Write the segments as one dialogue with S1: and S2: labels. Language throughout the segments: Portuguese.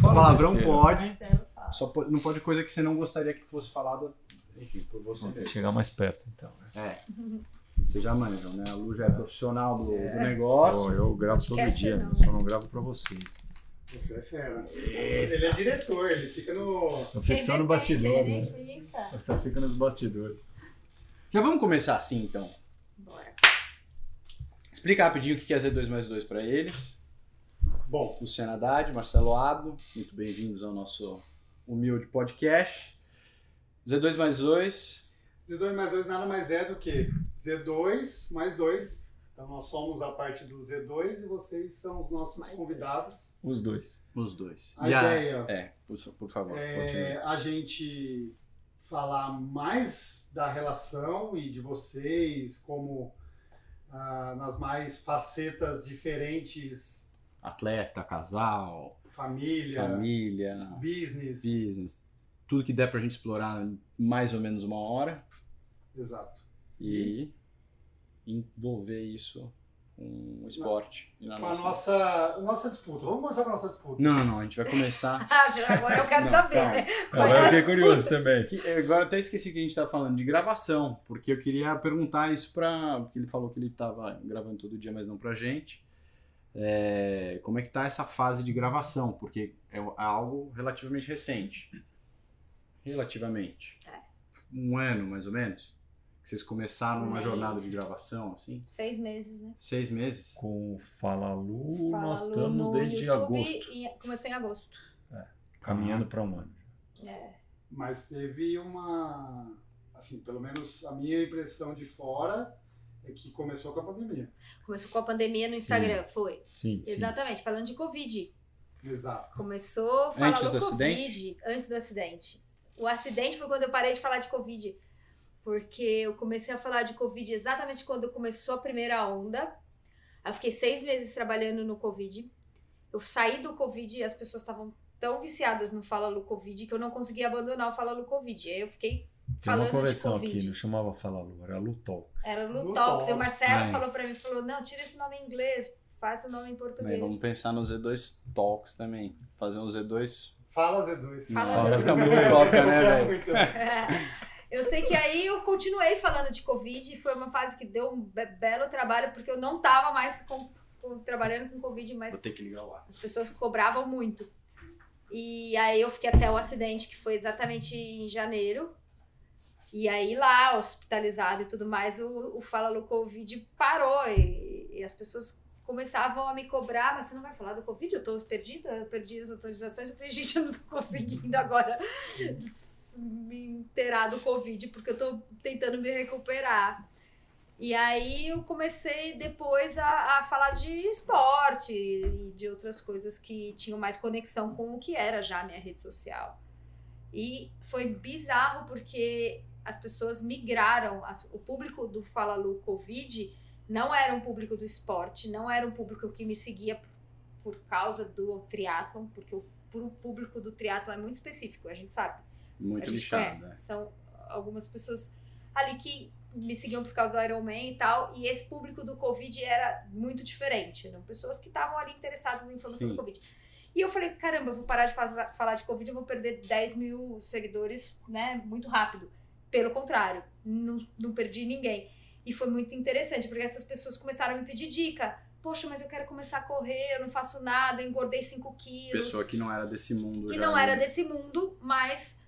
S1: palavrão
S2: besteira.
S1: pode,
S3: Marcelo fala.
S1: só pode- não pode coisa que você não gostaria que fosse falada, enfim, por você.
S2: Vou ter que chegar mais perto, então. né?
S1: Vocês já manjam, né? A Lu já é profissional do, do
S2: Ó,
S1: negócio.
S2: eu gravo todo
S3: Podcast
S2: dia,
S3: não, né?
S2: meu, só não gravo pra vocês.
S4: Você é fera. Ele é diretor, ele fica no.
S2: Eu
S3: Tem
S2: fico só no
S3: vertência,
S2: bastidor,
S3: ele
S2: né?
S3: fica.
S2: Eu só fico nos bastidores.
S1: Já vamos começar assim, então.
S3: Bora.
S1: Explica rapidinho o que é Z2 mais 2 para eles.
S4: Bom,
S1: Luciana Haddad, Marcelo Abdo, muito bem-vindos ao nosso humilde podcast. Z2 mais 2,
S4: Z2 mais 2 nada mais é do que Z2 mais 2. Então nós somos a parte do Z2 e vocês são os nossos
S3: Mais
S4: convidados.
S2: Os dois.
S1: os dois.
S4: A
S1: E
S4: ideia
S1: É, por, so- por favor,
S4: é
S1: continue.
S4: a gente falar mais da relação e de vocês, como ah, nas mais facetas diferentes
S1: Atleta, casal,
S4: família,
S1: família,
S4: business.
S1: business, tudo que der pra gente explorar em mais ou menos uma hora
S4: Exato.
S1: e envolver isso com o esporte. e na
S4: Com a nossa, nossa disputa. Vamos começar com a nossa disputa.
S1: Não, não, não, a gente vai começar...
S3: Ah, já- agora eu quero
S1: Não,
S3: saber,
S1: calma.
S3: né?
S2: Agora eu fiquei curioso também.
S1: Que- eh, agora eu até esqueci que a gente tá falando de gravação, porque eu queria perguntar isso pra. Porque ele falou que ele tava gravando todo dia, mas não pra gente. É, como é que tá essa fase de gravação? Porque é o- algo relativamente recente. Relativamente.
S3: É.
S1: Um ano, mais ou menos. Que vocês começaram uma
S3: Um
S1: jornada de
S3: mês.
S1: gravação, assim?
S3: Seis meses, né?
S1: Seis meses?
S2: Com o Fala Lu,
S3: Fala
S2: Uh, nós
S3: Lu
S2: estamos
S3: no
S2: desde
S3: YouTube
S2: agosto,
S3: e começou em agosto.
S2: caminhando pra um ano.
S3: É.
S4: Mas teve uma. Assim, pelo menos a minha impressão de fora é que começou com a pandemia.
S3: Começou com a pandemia no
S2: Sim.
S3: Instagram, foi.
S2: Sim, sim.
S3: Exatamente, falando de Covid.
S4: Exato.
S3: Começou falando
S1: Antes do
S3: Covid
S1: acidente?
S3: antes do acidente. O acidente foi quando eu parei de falar de Covid. Porque eu comecei a falar de Covid exatamente quando começou a primeira onda. Aí eu fiquei seis meses trabalhando no Covid. Eu saí do Covid e as pessoas estavam tão viciadas no Fala Lu Covid que eu não consegui abandonar o Fala Lu Covid. Aí eu fiquei
S2: Tem
S3: falando
S2: uma
S3: de
S2: convenção
S3: Covid.
S2: aqui,
S1: né?
S2: não chamava Fala Lu, era Lu Talks.
S3: Era
S4: Lu
S3: Lu Talks.
S4: Talks.
S3: E o Marcelo
S1: Ai.
S3: falou pra mim, falou, não, tira esse nome em inglês, faz o nome em
S1: Também
S3: português.
S1: vamos pensar no Z2 Talks também. Fazer um Z2.
S4: Fala Z2.
S3: Fala,
S2: Fala,
S3: Z2.
S2: tá muito
S4: Essa
S1: top,
S4: eu
S1: né,
S4: quero muito.
S3: Eu sei que aí eu continuei falando de Covid e foi uma fase que deu um be- belo trabalho, porque eu não tava mais com- com- trabalhando com Covid, mas
S1: Vou ter que ligar lá.
S3: as pessoas cobravam muito. E aí eu fiquei até o acidente, que foi exatamente em janeiro. E aí lá, hospitalizada e tudo mais, o, o Fala Lu Covid parou e, e as pessoas começavam a me cobrar, mas você não vai falar do Covid? Eu tô perdida, eu perdi as autorizações. Eu falei, gente, eu não tô conseguindo agora me inteirar do Covid, porque eu tô tentando me recuperar. E aí eu comecei depois a, a falar de esporte e de outras coisas que tinham mais conexão com o que era já a minha rede social. E foi bizarro porque as pessoas migraram, as- o público do Fala Lu Covid não era um público do esporte, não era um público que me seguia por causa do triatlon, porque o o público do triatlon é muito específico, a gente sabe
S1: Muito
S3: a gente
S1: lixado.
S3: conhece.
S1: né?
S3: São algumas pessoas ali que me seguiam por causa do Iron Man e tal. E esse público do Covid era muito diferente. Eram pessoas que estavam ali interessadas em informação
S1: Sim.
S3: do Covid. E eu falei, caramba, eu vou parar de faza- falar de Covid, eu vou perder 10 mil seguidores, né? Muito rápido. Pelo contrário, não, não perdi ninguém. E foi muito interessante, porque essas pessoas começaram a me pedir dica. Poxa, mas eu quero começar a correr, eu não faço nada, eu engordei 5 quilos
S1: Pessoa que não era desse mundo.
S3: que
S1: já,
S3: não era
S1: né?
S3: desse mundo, mas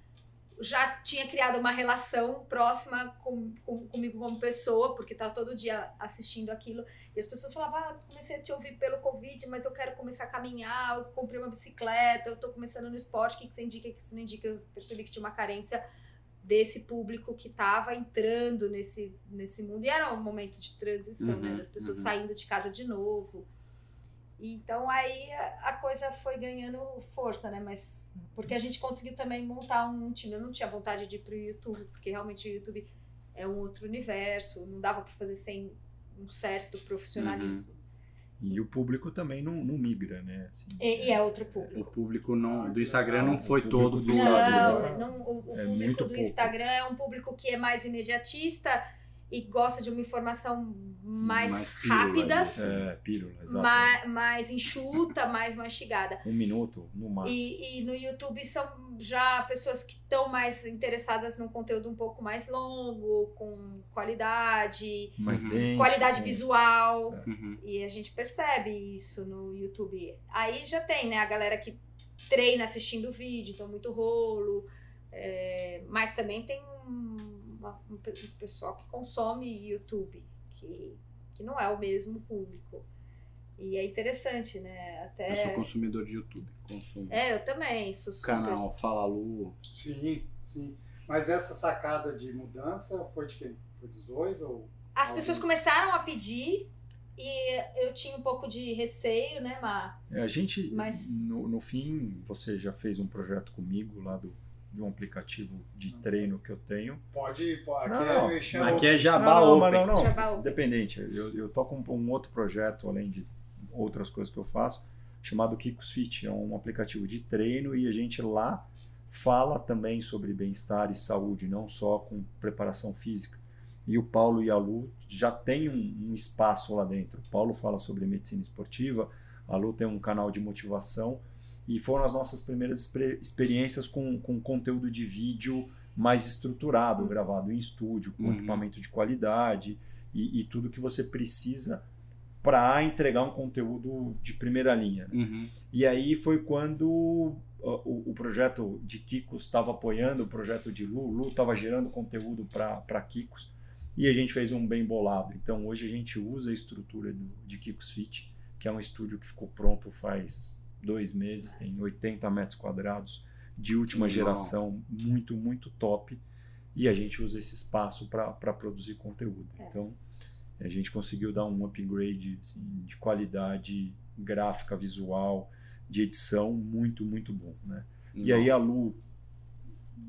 S3: já tinha criado uma relação próxima com, com- comigo como pessoa, porque estava todo dia assistindo aquilo. E as pessoas falavam, ah, comecei a te ouvir pelo Covid, mas eu quero começar a caminhar, eu comprei uma bicicleta, eu tô começando no esporte, o que, que você indica, o que que você não indica? Eu percebi que tinha uma carência desse público que estava entrando nesse, nesse mundo. E era um momento de transição, né?
S1: Uhum,
S3: Das pessoas
S1: uhum.
S3: saindo de casa de novo. Então aí a- a coisa foi ganhando força, né? Mas porque a gente conseguiu também montar um time. Eu não tinha vontade de ir pro YouTube, porque realmente o YouTube é um outro universo, não dava para fazer sem um certo profissionalismo.
S2: Uhum. E o público também não, não migra, né? assim.
S3: E, e é outro público.
S1: O público não, do Instagram
S4: O
S1: não foi
S2: público
S1: todo
S2: do
S1: pro
S2: Instagram.
S1: Instagram.
S3: Não, não, o, o
S2: É
S3: público
S2: muito
S3: do
S2: pouco.
S3: Instagram é um público que é mais imediatista e gosta de uma informação mais,
S1: pílula,
S3: rápida,
S1: né?
S2: É, pílula, exato.
S3: ma- mais enxuta, mais mastigada.
S2: Um minuto, no máximo.
S3: E, e no YouTube são já pessoas que estão mais interessadas num conteúdo um pouco mais longo, com qualidade,
S2: Mais
S1: Uhum.
S2: denso,
S3: qualidade
S2: com-
S3: visual.
S1: Uhum.
S3: E a gente percebe isso no YouTube. Aí já tem, né, a galera que treina assistindo vídeo, então muito rolo. é, mas também tem um, uma- um pe- um pessoal que consome YouTube, que, que não é o mesmo público. E é interessante, né? Até.
S1: Eu sou consumidor de YouTube, consumo.
S3: É, eu também sou super.
S1: Canal Fala Lu.
S4: Sim, sim. Mas essa sacada de mudança foi de quem? Foi dos dois? Ou...
S3: As
S4: Alguém.
S3: pessoas começaram a pedir e eu tinha um pouco de receio, né, Mar?
S2: É, A gente,
S3: Mas-
S2: no, no fim, você já fez um projeto comigo lá do, de um aplicativo de treino que eu tenho.
S4: Pode, pode.
S2: Não,
S4: aqui é
S2: não.
S4: merchan,
S1: Aqui é
S2: não,
S1: Jabá
S2: não,
S1: Open.
S2: Ah, mas não, não.
S3: Jabá Open.
S2: Independente, eu, eu toco um, um outro projeto, além de outras coisas que eu faço, chamado Kikos Fit. É um aplicativo de treino e a gente lá fala também sobre bem-estar e saúde, não só com preparação física. E o Paulo e a Lu já tem um, um espaço lá dentro. O Paulo fala sobre medicina esportiva, a Lu tem um canal de motivação e foram as nossas primeiras expre- experiências com, com conteúdo de vídeo mais estruturado, gravado em estúdio, com
S1: Uhum.
S2: equipamento de qualidade e, e tudo que você precisa para entregar um conteúdo de primeira linha. né?
S1: Uhum.
S2: E aí foi quando ó, o, o projeto de Kikos estava apoiando o projeto de Lu, Lu estava gerando conteúdo para Kikos, e a gente fez um bem bolado. Então hoje a gente usa a estrutura do, de Kikos Fit, que é um estúdio que ficou pronto faz dois meses, tem 80 metros quadrados, de última
S1: Legal.
S2: geração, muito, muito top. E a gente usa esse espaço para produzir conteúdo.
S3: É.
S2: Então, a gente conseguiu dar um upgrade assim, de qualidade gráfica, visual, de edição muito, muito bom. Né? E
S1: é
S2: aí a Lu,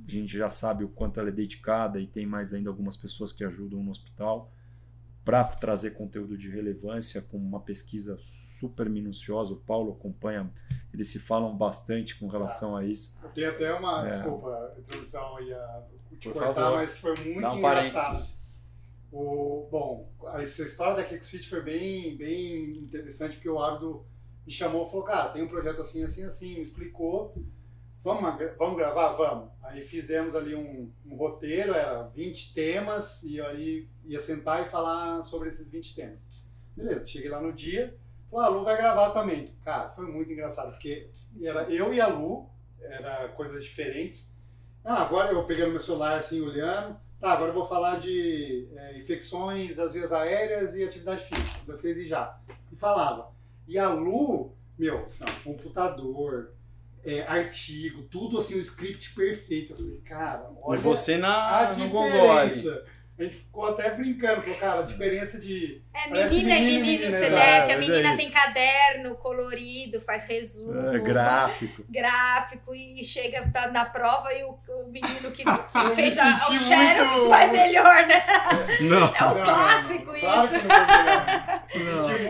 S2: a gente já sabe o quanto ela é dedicada e tem mais ainda algumas pessoas que ajudam no hospital para trazer conteúdo de relevância com uma pesquisa super minuciosa. O Paulo acompanha, eles se falam bastante com relação a isso.
S4: Eu tenho até uma,
S2: É.
S4: desculpa, a introdução ia te
S1: Por
S4: cortar,
S1: favor.
S4: mas foi muito
S1: Dá um
S4: engraçado.
S1: parênteses.
S4: O, bom, essa história da Kicks Fit foi bem, bem interessante, porque o Abdo me chamou e falou, cara, tem um projeto assim, assim, assim, me explicou, vamos, gra- vamos gravar? Vamos. Aí fizemos ali um, um roteiro, era 20 temas, e aí ia sentar e falar sobre esses 20 temas. Beleza, cheguei lá no dia, falei, ah, a Lu vai gravar também. Cara, foi muito engraçado, porque era eu e a Lu, era coisas diferentes. Ah, agora eu peguei no meu celular assim, olhando. Tá, agora eu vou falar de é, infecções das vias aéreas e atividade física, vocês e já. E falava. E a Lu, meu, assim, ó, computador, é, artigo, tudo assim, um script perfeito. Eu falei, cara,
S1: E
S2: é
S4: olha
S1: você
S4: a
S1: na, no Gongose.
S4: diferença. A gente ficou até brincando, falou, cara, a diferença de.
S3: É,
S4: Parece
S3: menina e
S4: menino,
S3: menino,
S4: menina,
S3: CDF,
S2: é,
S3: a
S2: mas
S3: menina
S2: é
S3: tem
S2: isso.
S3: caderno colorido, faz resumo.
S2: É, gráfico.
S3: Gráfico e chega tá na prova e o, o menino que
S4: me
S3: fez a, o
S4: senti
S3: Xerox
S4: muito-
S3: vai melhor, né?
S1: Não.
S3: É o clássico
S4: não, não,
S3: isso.
S4: Claro que não foi melhor.
S1: Não.
S4: Eu senti
S3: Tipo-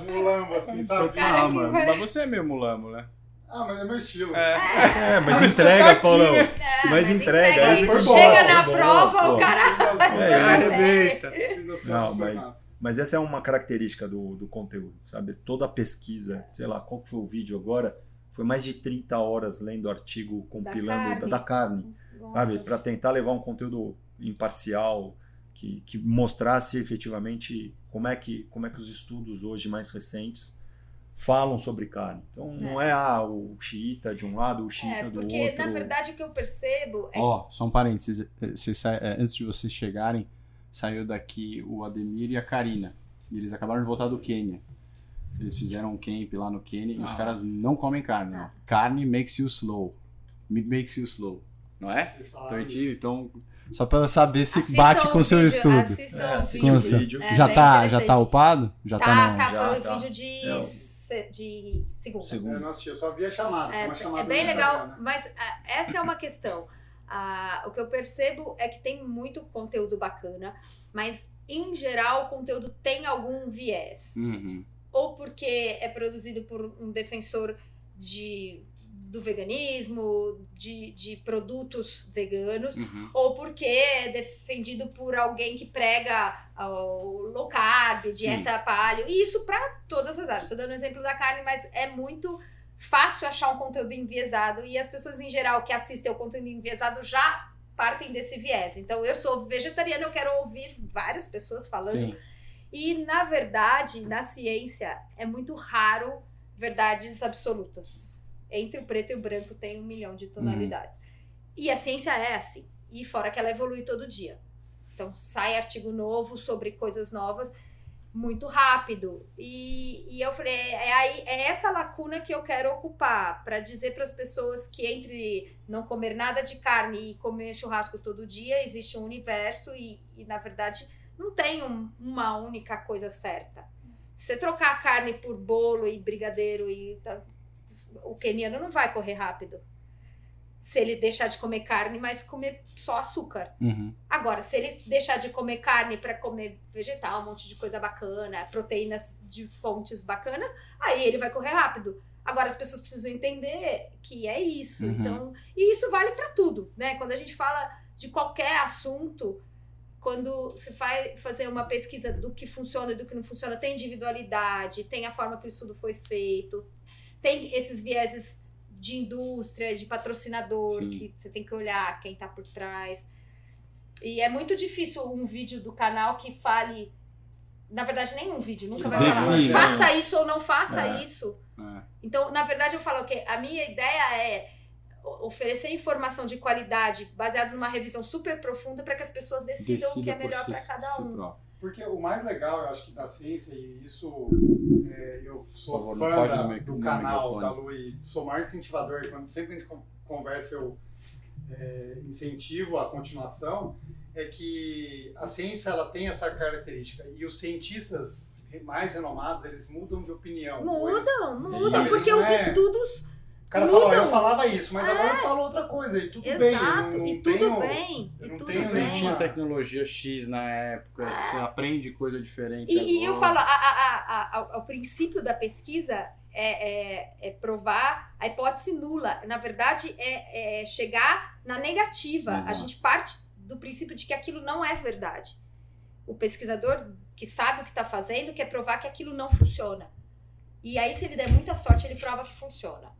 S4: muito mulambo, assim, sabe? De-
S3: Cara,
S1: Ah,
S3: que
S1: mano,
S3: vai-
S1: mas você é meio mulamo, né?
S4: Ah, mas é meu estilo.
S2: É, mas
S1: Mas tá
S2: entrega,
S1: aqui,
S2: Paulão.
S1: né?
S3: É,
S2: Mas entrega,
S4: aí
S3: isso.
S4: foi bom,
S3: Chega
S2: foi
S3: na
S2: bom,
S3: prova,
S2: pô.
S3: o cara.
S2: É
S3: isso.
S1: Arrebenta.
S2: Não, mas- Mas essa é uma característica do, do conteúdo, sabe? Toda a pesquisa, sei lá, qual que foi o vídeo agora, foi mais de 30 horas lendo artigo, compilando
S3: carne.
S2: da, da carne,
S3: Nossa.
S2: sabe? Para tentar levar um conteúdo imparcial, que, que mostrasse efetivamente como é, que, como é que os estudos hoje mais recentes falam sobre carne. Então não é, ah, o xiita de um lado, o xiita
S3: É,
S2: do
S3: porque
S2: outro.
S3: na verdade o que eu percebo é
S1: Ó, só um parênteses. Vocês sa- eh, antes de vocês chegarem, saiu daqui o Ademir e a Karina. E eles acabaram de voltar do Quênia. Eles fizeram um camp lá no Quênia e os
S2: Ah.
S1: caras não comem carne. ó. Carne makes you slow. Meat makes you slow. Não é? Então, a gente- então só pra saber se
S3: Assistam
S1: bate com
S3: o
S1: o seu
S3: vídeo,
S1: estudo.
S3: assistam
S2: É,
S3: o
S2: assiste
S1: vídeo.
S2: o
S1: Nossa.
S2: vídeo.
S3: É,
S1: já,
S3: bem
S1: tá, já tá
S3: interessante.
S1: upado? Já
S3: Tá,
S1: no-
S3: tá,
S2: já
S3: foi o
S2: tá.
S3: vídeo de,
S2: É, o-
S3: se- de segunda.
S2: Segundo.
S4: Eu não assisti, É, eu só vi a chamada. tem uma chamada
S3: É bem
S4: no
S3: legal,
S4: Instagram, né?
S3: mas ah, essa é uma questão. Ah, o que eu percebo é que tem muito conteúdo bacana, mas em geral o conteúdo tem algum viés.
S1: Uhum.
S3: Ou porque é produzido por um defensor de do veganismo, de, de produtos veganos,
S1: Uhum.
S3: ou porque é defendido por alguém que prega ah, o low carb, dieta paleo. E isso para todas as áreas. Estou dando o exemplo da carne, mas é muito fácil achar um conteúdo enviesado e as pessoas em geral que assistem ao conteúdo enviesado já partem desse viés. Então eu sou vegetariana, eu quero ouvir várias pessoas falando
S1: Sim.
S3: e, na verdade, na ciência, é muito raro verdades absolutas. Entre o preto e o branco tem um milhão de tonalidades. E a ciência é assim. E fora que ela evolui todo dia. Então, sai artigo novo sobre coisas novas muito rápido. E, e eu falei, é, é aí, é essa lacuna que eu quero ocupar para dizer para as pessoas que entre não comer nada de carne e comer churrasco todo dia, existe um universo e, e na verdade, não tem um- uma única coisa certa. Se você trocar a carne por bolo e brigadeiro e tá- o queniano não vai correr rápido. Se ele deixar de comer carne, mas comer só açúcar.
S1: Uhum.
S3: Agora, se ele deixar de comer carne para comer vegetal, um monte de coisa bacana, proteínas de fontes bacanas, aí ele vai correr rápido. Agora, as pessoas precisam entender que é isso.
S1: Uhum.
S3: Então, e isso vale para tudo, né? Quando a gente fala de qualquer assunto, quando você vai fazer uma pesquisa do que funciona e do que não funciona, tem individualidade, tem a forma que o estudo foi feito, tem esses vieses de indústria, de patrocinador,
S1: Sim.
S3: que você tem que olhar quem tá por trás. E é muito difícil um vídeo do canal que fale. Na verdade, nenhum vídeo, nunca vai
S1: Defina.
S3: falar. Faça isso ou não faça
S2: É.
S3: isso.
S1: É.
S3: Então, na verdade, eu falo que a minha ideia é o- oferecer informação de qualidade baseada numa revisão super profunda para que as pessoas decidam o que
S1: Decida
S3: é
S1: por
S3: melhor
S1: si-
S3: para cada
S1: si
S3: um.
S1: próprio.
S4: Porque o mais legal, eu acho que da ciência, e isso é, eu sou
S1: Por favor, não
S4: fã
S1: foge
S4: da-
S1: do mic-
S4: do
S1: do
S4: canal
S1: microfone.
S4: da Lu e sou o maior incentivador. e Quando sempre que a gente con- conversa, eu é, incentivo a continuação. É que a ciência ela tem essa característica e os cientistas mais renomados eles mudam de opinião. Ou eles-
S3: Mudam, mudam,
S4: Mas
S3: porque
S4: não
S3: os
S4: é-
S3: estudos.
S4: O cara fala, ó,
S3: Mudam.
S4: eu falava isso, mas agora eu falo outra coisa e tudo bem. eu
S3: É. exato,
S4: não-
S3: e
S4: não
S3: tudo
S4: tenho-
S3: bem,
S4: eu
S3: e
S4: não
S3: tudo
S4: tenho
S1: Você não
S3: bem.
S4: nenhuma-
S1: tinha tecnologia X na época, você aprende coisa diferente.
S3: E, e eu
S1: agora.
S3: falo, a, a- a- a- a- o princípio da pesquisa é, é- é provar a hipótese nula. Na verdade, é, é chegar na negativa. A
S1: Exato.
S3: gente parte do princípio de que aquilo não é verdade. O pesquisador que sabe o que está fazendo quer provar que aquilo não funciona. E aí, se ele der muita sorte, ele prova que funciona.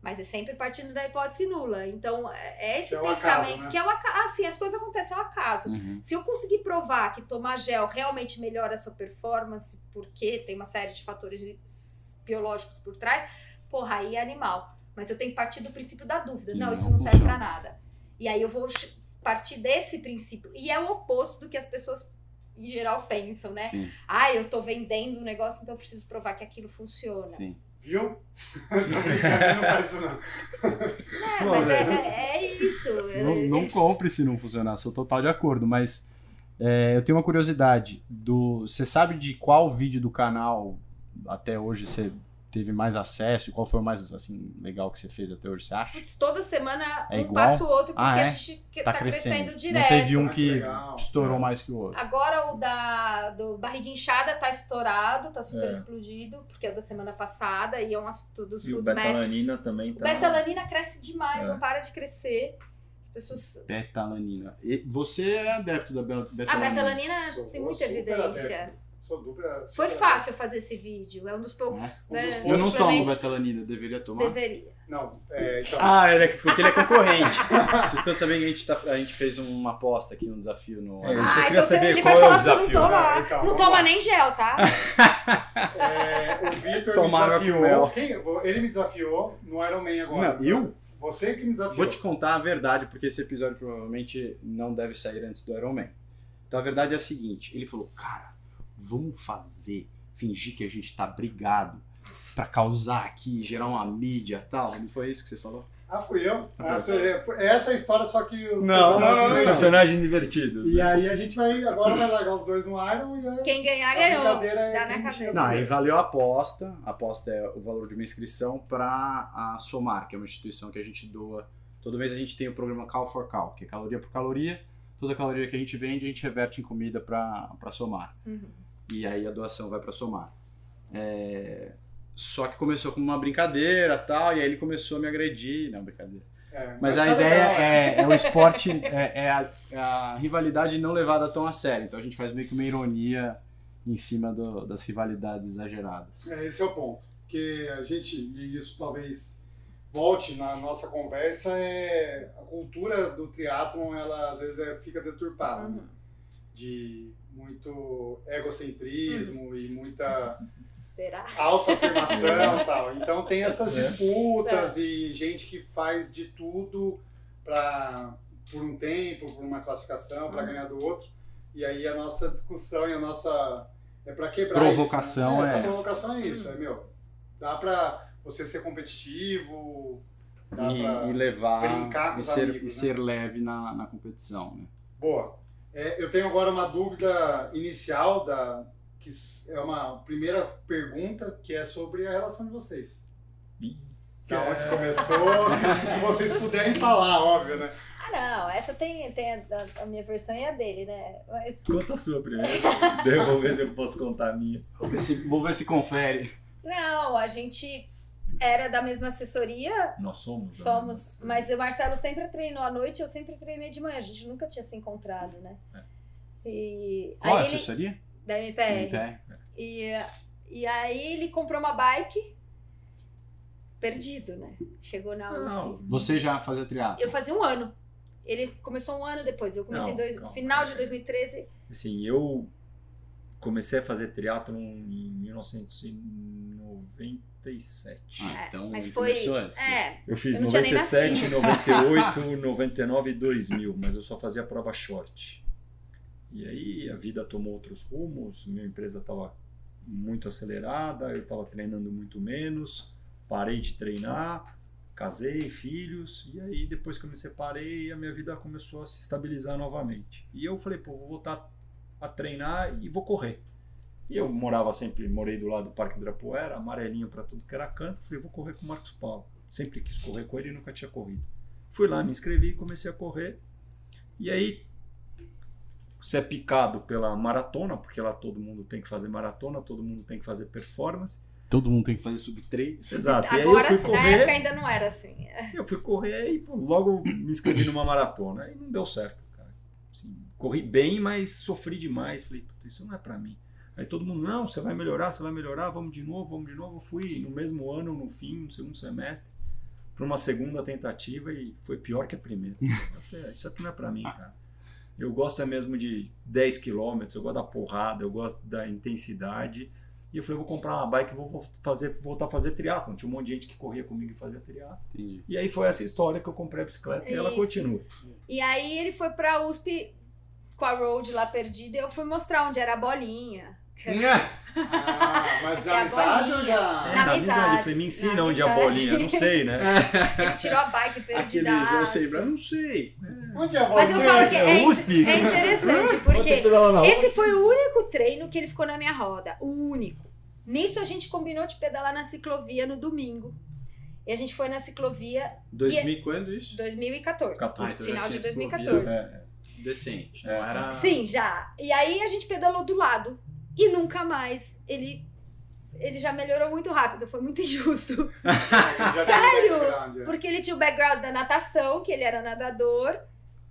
S3: Mas é sempre partindo da hipótese nula. Então, é é esse
S4: Que é o acaso,
S3: pensamento
S4: né?
S3: que é o acaso. Assim, as coisas acontecem ao acaso.
S1: Uhum.
S3: Se eu conseguir provar que tomar gel realmente melhora a sua performance, porque tem uma série de fatores biológicos por trás, porra, aí é animal. Mas eu tenho que partir do princípio da dúvida. Não,
S1: Não
S3: isso não serve pra
S1: funciona.
S3: nada. E aí eu vou ch- partir desse princípio. E é o oposto do que as pessoas em geral pensam, né?
S1: Sim,
S3: Ah, eu tô vendendo um negócio, então eu preciso provar que aquilo funciona.
S1: sim.
S4: Viu? Tô brincando, não faz isso não.
S3: É,
S1: Não,
S3: mas é,
S1: né?
S3: é- é isso. É-
S1: Não, não compre se não funcionar, sou total de acordo, mas é, eu tenho uma curiosidade. Do, você sabe de qual vídeo do canal até hoje você teve mais acesso? Qual foi o mais assim, legal que você fez até hoje, você acha?
S3: Putz, toda semana
S1: É
S3: um
S1: igual?
S3: passa o outro, porque
S1: Ah, é?
S3: a gente que- tá, crescendo,
S1: Não
S3: direto.
S1: teve um
S4: Ah, que
S1: que É.
S4: legal.
S1: estourou mais que o outro.
S3: Agora o da do barriga inchada tá estourado, tá super
S2: É.
S3: explodido, porque é o da semana passada e é um assunto dos
S2: E o
S3: food maps.
S2: betalanina também
S3: O
S2: tá.
S3: betalanina cresce demais,
S2: É.
S3: não para de crescer. As pessoas.
S1: Betalanina. E você é adepto da be-
S3: A
S1: betalanina?
S3: betalanina
S4: Sou
S3: tem muita
S4: super
S3: evidência.
S4: adepto. Sou dupla.
S3: Foi
S4: super
S3: fácil fazer esse vídeo, é um dos poucos.
S4: Um
S3: né,
S4: dos poucos.
S1: Eu não tomo
S3: suplementos
S1: betalanina, deveria
S3: que
S1: tomar?
S3: Deveria.
S4: adepto. Não, é, então,
S1: Ah, ele é- porque ele é concorrente. Vocês estão sabendo que a gente, tá- a gente fez uma aposta aqui, um desafio no.
S2: É, eu só
S3: Ah,
S2: queria
S3: então você-
S2: saber
S3: ele
S2: qual
S3: vai
S2: é o
S3: falar que você
S2: desafio.
S3: não toma.
S4: É, então,
S3: não
S4: vamos
S3: toma
S4: lá.
S3: nem gel, tá?
S4: É, o Vitor
S1: Tomara
S4: me
S1: com mel.
S4: desafiou. Quem- ele me desafiou no Iron Man agora.
S1: Não, eu?
S4: Você que me
S1: Vou
S4: desafiou.
S1: te contar a verdade, porque esse episódio provavelmente não deve sair antes do Iron Man. Então a verdade é a seguinte: ele falou, cara, vamos fazer, fingir que a gente tá brigado pra causar aqui, gerar uma mídia e tal. Não foi isso que você falou?
S4: Ah, fui eu? Ah, você- essa é a história, só que os
S1: não,
S4: personagens
S1: não.
S2: personagens invertidos.
S4: E aí a gente vai agora vai largar os dois no Iron e aí
S3: Quem ganhar,
S4: a
S3: ganhou.
S4: brincadeira é
S3: Dá
S4: quem
S3: na cabeça.
S4: chega
S1: Não, aí
S4: primeiro.
S1: valeu a aposta. A aposta é o valor de uma inscrição para a SOMAR, que é uma instituição que a gente doa. Todo mês a gente tem o programa Cal for Cal, que é caloria por caloria. Toda caloria que a gente vende, a gente reverte em comida para SOMAR.
S3: Uhum.
S1: E aí a doação vai para SOMAR. É, Só que começou como uma brincadeira tal, e aí ele começou a me agredir. Não, brincadeira.
S4: É,
S1: Mas, a
S4: tá
S1: ideia
S4: legal, né?
S1: é, é o esporte, é, é a, é a rivalidade não levada tão a sério. Então a gente faz meio que uma ironia em cima do- das rivalidades exageradas.
S4: É, Esse é o ponto. Porque a gente, e isso talvez volte na nossa conversa, é a cultura do triatlon, ela às vezes é, fica deturpada.
S3: Uhum.
S4: né? De muito egocentrismo e muita
S3: Será?
S1: É.
S4: autoafirmação e tal. Então tem essas disputas e gente que faz de tudo pra, por um tempo, por uma classificação, para ganhar do outro. E aí a nossa discussão e a nossa. É para quebrar
S1: Provocação
S4: isso. né?
S1: é
S4: Essa
S1: essa.
S4: provocação é isso, é meu. Dá pra você ser competitivo, dá
S1: E,
S4: pra.
S1: e levar
S4: brincar com
S1: e
S4: os
S1: ser,
S4: amigos,
S1: e
S4: né?
S1: ser leve na, na competição. Né?
S4: Boa. É, eu tenho agora uma dúvida inicial da que s- é uma primeira pergunta que é sobre a relação de vocês.
S2: Ih,
S4: Da é onde começou, se, se vocês puderem falar, óbvio, né?
S3: Ah, não. Essa tem, tem a, a minha versão e a dele, né? Mas
S2: Conta a sua primeiro. Daí eu vou ver se eu posso contar a minha.
S1: Vou, ver se, vou ver se confere.
S3: não, a gente era da mesma assessoria,
S2: Nós somos?
S3: somos.
S2: né?
S3: Mas o Marcelo sempre treinou à noite, eu sempre treinei de manhã. A gente nunca tinha se encontrado, né? E
S1: Qual é a
S3: aí ele, é.
S1: assessoria?
S3: da MPR.
S1: MPR.
S3: E, e aí ele comprou uma bike perdido, né? Chegou na USP.
S2: Não,
S1: Você já fazia triatlo?
S3: Eu fazia um ano. Ele começou um ano depois. Eu comecei
S2: Não,
S3: em dois,
S2: calma. é.
S3: final de 2013.
S2: Assim, eu comecei a fazer triatlon em 1997.
S1: Ah, então
S3: mas
S1: ele
S3: foi-
S1: começou antes. né?
S3: É,
S2: Eu fiz
S3: Eu não tinha nem
S2: 97, 98, 99 e 2000, mas eu só fazia prova short. E aí a vida tomou outros rumos, minha empresa estava muito acelerada, eu estava treinando muito menos, parei de treinar, casei, filhos, e aí depois que eu me separei, a minha vida começou a se estabilizar novamente. E eu falei, pô, vou voltar a treinar e vou correr. E eu morava sempre, morei do lado do Parque Ibirapuera, amarelinho para tudo que era canto. Falei, vou correr com o Marcos Paulo. Sempre quis correr com ele e nunca tinha corrido. Fui lá, me inscrevi, comecei a correr. E aí, você é picado pela maratona, porque lá todo mundo tem que fazer maratona, todo mundo tem que fazer performance.
S1: Todo mundo tem que fazer sub 3.
S2: Exato. e aí eu
S3: agora
S2: fui
S3: assim, na época
S2: correr,
S3: ainda não era assim.
S2: eu fui correr e pô, logo me inscrevi numa maratona. E não deu certo, cara. Assim, corri bem, mas sofri demais. Falei, puta, isso não é pra mim. Aí todo mundo, não, você vai melhorar, você vai melhorar, vamos de novo, vamos de novo. Fui no mesmo ano, no fim, no segundo semestre, para uma segunda tentativa e foi pior que a primeira. Eu falei, "Ah, isso aqui não é para mim, cara. Eu gosto é mesmo de 10 quilômetros, eu gosto da porrada, eu gosto da intensidade. E eu falei, eu vou comprar uma bike e vou vo- fazer, voltar a fazer triatlon. Tinha um monte de gente que corria comigo e fazia triatlon.
S1: Entendi.
S2: E aí foi essa história que eu comprei a bicicleta e ela
S3: Isso.
S2: continua.
S3: E aí ele foi pra USP com a Road lá perdida e eu fui mostrar onde era a bolinha.
S4: Ah, mas
S3: É
S4: da
S3: a
S4: amizade
S3: bolinha.
S4: ou já.
S3: Na
S2: da
S3: Ah. amizade,
S2: Eu falei, me
S3: na
S2: ensina onde é a
S3: amizade.
S2: bolinha, não sei, né?
S3: Ele tirou a bike
S1: Aquele,
S3: perdida.
S1: eu sei, eu não sei.
S4: Onde é a
S3: Mas eu
S4: bolinha?
S3: falo que é,
S2: É USP?
S3: é interessante,
S2: Vou ter que
S3: porque
S2: pedalar na
S3: esse foi o único treino que ele ficou na minha roda. O único. Nisso a gente combinou de pedalar na ciclovia no domingo. E a gente foi na ciclovia
S1: 2000 quando isso?
S3: 2014.
S2: 14.
S1: Ah, então já
S3: Final
S1: tinha
S3: de
S1: esse
S3: 2014.
S1: Covid.
S2: É.
S1: Decente. Não
S2: É.
S1: era...
S3: Sim, já. E aí a gente pedalou do lado. E nunca mais. Ele, ele já melhorou muito rápido, foi muito injusto.
S4: Já tem
S3: Sério?
S4: background, é.
S3: Porque ele tinha o background da natação, que ele era nadador.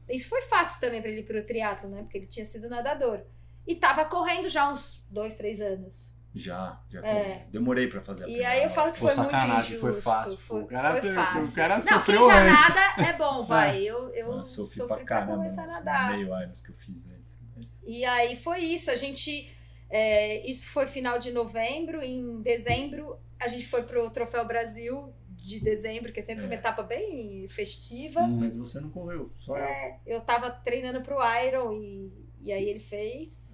S3: Isso foi fácil também para ele ir pro triatlo, né? Porque ele tinha sido nadador. E tava correndo já há uns dois, três anos.
S2: Já, já
S3: É.
S2: corri. demorei pra fazer a
S3: E
S2: primeira
S3: aí eu
S2: aula.
S3: falo que
S1: Pô,
S3: foi muito
S1: sacanagem,
S3: injusto.
S1: foi fácil.
S3: Foi,
S1: o cara,
S3: foi
S1: teve-
S3: fácil.
S1: o cara
S3: Não, quem
S1: sofreu
S3: já
S1: antes.
S3: nada é bom, vai. Eu, eu
S2: Ah, sofri,
S3: sofri
S2: pra caramba.
S3: começar a
S2: nos
S3: nadar.
S2: Meio Irons que eu fiz antes. mas-
S3: E aí foi isso. A gente. é, isso foi final de novembro. Em dezembro, a gente foi pro Troféu Brasil de dezembro, que é sempre
S2: É.
S3: uma etapa bem festiva.
S1: Hum,
S2: Mas você não correu, só eu.
S3: Eu tava treinando pro Iron e, e aí ele fez.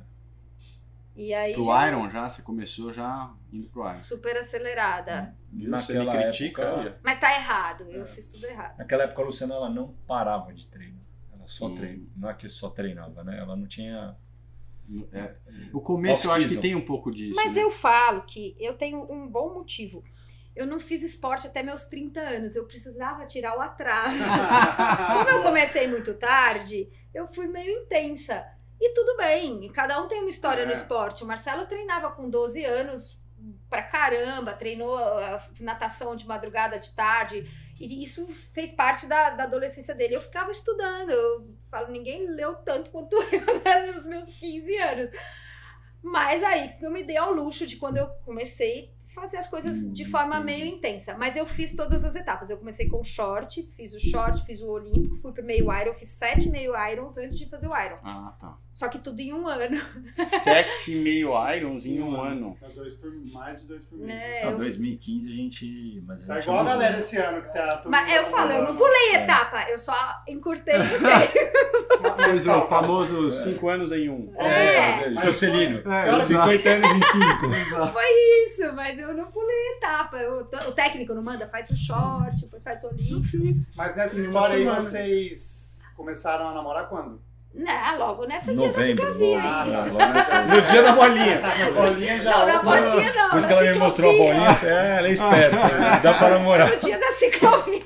S3: E aí.
S1: Pro
S3: já-
S1: Iron já, você começou já indo pro Iron. Hum.
S3: Super acelerada.
S2: Naquela época,
S3: Mas tá errado. Eu
S2: É.
S3: fiz tudo errado.
S2: naquela época a Luciana ela não parava de treino. Ela só
S1: Hum.
S2: treina. Não é que só treinava, né? Ela não tinha.
S1: É. O começo eu acho que
S2: Off-season.
S1: tem um pouco disso.
S3: Mas
S1: né?
S3: eu falo que eu tenho um bom motivo. Eu não fiz esporte até meus 30 anos. Eu precisava tirar o atraso. Como eu comecei muito tarde, eu fui meio intensa. E tudo bem, cada um tem uma história
S4: É.
S3: no esporte. O Marcelo treinava com 12 anos pra caramba, treinou ah, natação de madrugada, de tarde. E isso fez parte da, da adolescência dele. Eu ficava estudando. Eu falo, ninguém leu tanto quanto eu né, nos meus 15 anos. Mas aí eu me dei ao luxo de quando eu comecei fazer as coisas de
S2: Hum,
S3: forma
S2: entendi.
S3: meio intensa. Mas eu fiz todas as etapas. Eu comecei com short, fiz o short, fiz o olímpico, fui pro meio iron, fiz sete meio irons antes de fazer o iron.
S1: Ah, tá.
S3: Só que tudo em um ano.
S1: Sete e meio irons em um ano.
S4: É dois por, mais de dois por mês.
S3: É,
S2: Em
S3: eu-
S2: 2015 a gente. Mas a
S4: Tá
S2: gente
S4: igual a
S2: abusou.
S4: galera esse ano que tá. todo
S3: Mas eu
S4: mundo
S3: falo, eu não
S4: falando.
S3: pulei
S2: Ah, É.
S3: etapa, eu só encurtei o tempo.
S1: Fez é, o
S4: calma.
S1: famoso cinco anos em um.
S3: É.
S1: Vamos fazer.
S2: Juscelino,
S1: É, exato.
S2: 50 anos em 5.
S3: Isso, mas eu não pulei etapa. Eu- o técnico não manda, faz o short, depois faz o
S1: Eu
S3: olímpico.
S1: fiz.
S4: Mas nessa
S1: Uma
S4: história aí
S1: semana.
S4: vocês começaram a namorar quando?
S3: Não, logo nessa dia tá da
S2: Novembro. né?
S3: ciclovia
S2: logo.
S4: Ah,
S3: aí.
S4: tá.
S2: Logo na-
S1: No dia da bolinha.
S4: A bolinha já. é
S3: Não, na bolinha não.
S2: Por isso
S3: na
S2: que ela me mostrou a
S3: ciclovia.
S2: bolinha. eu falei, É, ela é
S3: Ah.
S2: esperta. Dá pra namorar.
S3: No dia da ciclovia.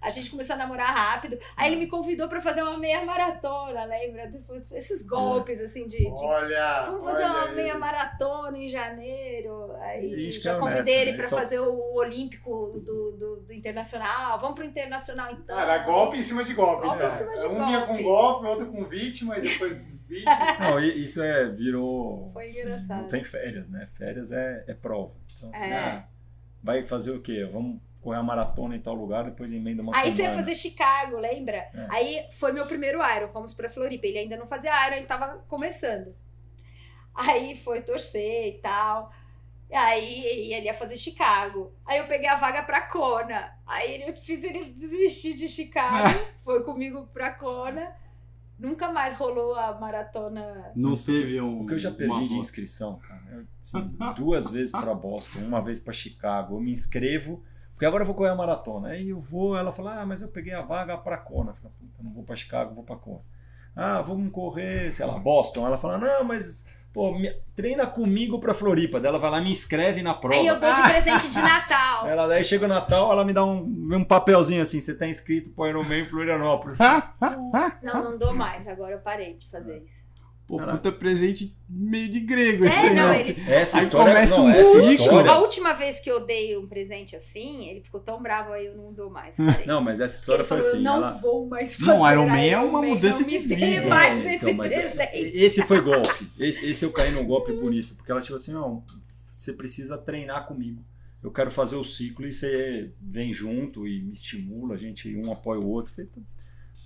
S3: A gente começou a namorar rápido. Aí ele me convidou pra fazer uma meia maratona, lembra? Esses golpes, assim, de... de-
S4: Olha.
S3: Vamos fazer
S4: olha
S3: uma
S4: aí.
S3: meia maratona em janeiro.
S2: E a
S3: Aí
S2: gente
S3: já
S2: caiu
S3: convidei
S2: nessa,
S3: ele
S2: né?
S3: pra
S2: Só-
S3: fazer o Olímpico do, do, do Internacional. Vamos pro Internacional então.
S4: Ah, era golpe em cima de golpe.
S3: Golpe
S4: né?
S3: em cima de
S4: um vinha
S3: golpe.
S4: com golpe, outro com vítima, e depois vítima.
S2: Não, e- isso é, virou.
S3: Foi engraçado.
S2: Não tem férias, né? Férias é, é prova. Então, assim,
S3: É.
S2: ah, vai fazer o quê? Vamos correr a maratona em tal lugar, depois emenda uma
S3: Aí você ia
S2: semana.
S3: fazer Chicago, lembra?
S2: É.
S3: Aí foi meu primeiro Iron, fomos pra Floripa. Ele ainda não fazia Iron, ele tava começando. Aí foi torcer e tal. Aí ele ia fazer Chicago. Aí eu peguei a vaga pra Kona. Aí ele- eu fiz ele desistir de Chicago, foi comigo pra Kona. Nunca mais rolou a maratona.
S1: Não
S2: Isso
S1: teve um.
S2: O que eu já
S1: uma
S2: perdi de
S1: volta.
S2: inscrição, cara. Eu, assim, duas vezes pra Boston, uma vez pra Chicago. Eu me inscrevo, porque agora eu vou correr a maratona. Aí eu vou, ela fala, ah, mas eu peguei a vaga pra Kona. Eu falo, puta, não vou pra Chicago, vou pra Kona. Ah, vamos correr, sei lá, Boston. Ela fala, não, mas, pô, me- treina comigo pra Floripa. Daí ela vai lá, me inscreve na prova.
S3: Aí eu dou de presente de Natal.
S2: Ela daí chega o Natal, ela me dá um, um papelzinho assim, você tá inscrito pro Ironman Florianópolis.
S3: Não, não dou mais. Agora eu parei de fazer isso.
S1: Pô, puta presente meio de grego esse
S3: É,
S1: aí,
S3: não,
S1: ó.
S3: ele
S2: Essa
S1: Aí
S2: história
S1: começa
S2: não,
S1: um
S2: essa
S1: ciclo.
S2: história- é
S3: A última vez que eu dei um presente assim, ele ficou tão bravo aí, eu não dou mais. parei.
S2: Não, mas essa história
S3: ele
S2: foi
S3: falou,
S2: assim.
S3: eu não
S2: ela-
S3: vou mais fazer.
S1: Não, Iron Man é
S3: Iron
S1: uma
S3: Man,
S1: mudança
S3: não me
S1: de
S3: dê
S1: vida.
S3: mais
S2: É,
S3: esse
S2: então, mas-
S3: presente.
S2: Esse foi golpe. Esse, esse eu caí num golpe bonito, porque ela chegou assim: não, você precisa treinar comigo. Eu quero fazer o ciclo e você vem junto e me estimula, a gente um apoia o outro. Falei, "Tá".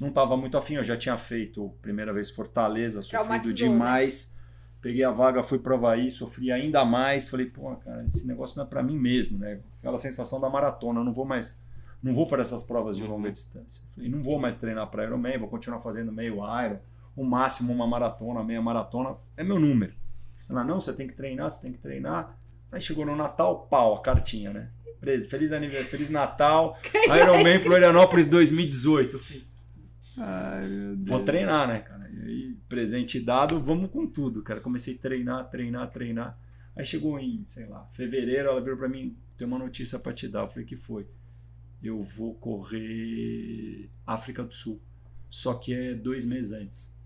S2: não estava muito afim, eu já tinha feito primeira vez Fortaleza, sofrido
S3: Traumatizou,
S2: demais. Peguei a vaga, fui pra Havaí, sofri ainda mais. Falei, pô, cara, esse negócio não é pra mim mesmo, né? Aquela sensação da maratona, eu não vou mais, não vou fazer essas provas de longa distância. Falei, não vou mais treinar pra Ironman, vou continuar fazendo meio Iron, o máximo uma maratona, meia maratona, é meu número. Ela, não, você tem que treinar, você tem que treinar. Aí chegou no Natal, pau, a cartinha, né? Beleza, Feliz aniversário, Feliz Natal, Ironman Florianópolis 2018. Eu falei,
S1: Ai, meu Deus.
S2: Vou treinar, né, cara? E aí, presente dado, vamos com tudo, cara. Comecei a treinar, treinar, treinar. Aí chegou em, sei lá, fevereiro, ela virou pra mim, tem uma notícia pra te dar. Eu falei, que foi? Eu vou correr África do Sul. Só que é dois meses antes.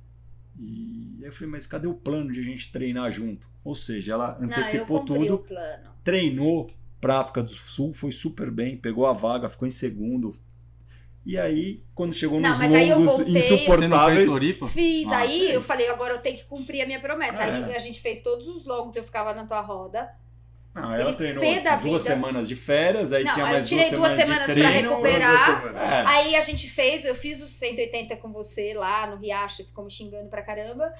S2: E aí eu falei, mas cadê o plano de a gente treinar junto? Ou seja, ela antecipou
S3: não, Ah, eu cumpri
S2: tudo
S3: o plano.
S2: treinou para África do Sul, foi super bem, pegou a vaga, ficou em segundo. E aí, quando chegou
S3: Não,
S2: nos
S3: mas aí eu
S2: longos
S1: Você
S3: voltei.
S1: não fez
S2: insuportáveis,
S1: Floripa?
S3: Fiz,
S1: Ah,
S3: aí
S1: fez.
S3: eu falei, agora eu tenho que cumprir a minha promessa. Aí
S2: É.
S3: a gente fez todos os longos, eu ficava na tua roda.
S2: não, ela
S3: Ele
S2: treinou
S3: pê da
S2: duas
S3: vida.
S2: semanas de férias, aí
S3: Não,
S2: tinha
S3: aí eu
S2: mais duas
S3: tirei duas
S2: semanas,
S3: semanas
S2: de
S3: pra
S2: treino.
S3: recuperar.
S2: É.
S3: Aí a gente fez, eu fiz os 180 com você lá no Riacho, ficou me xingando pra caramba.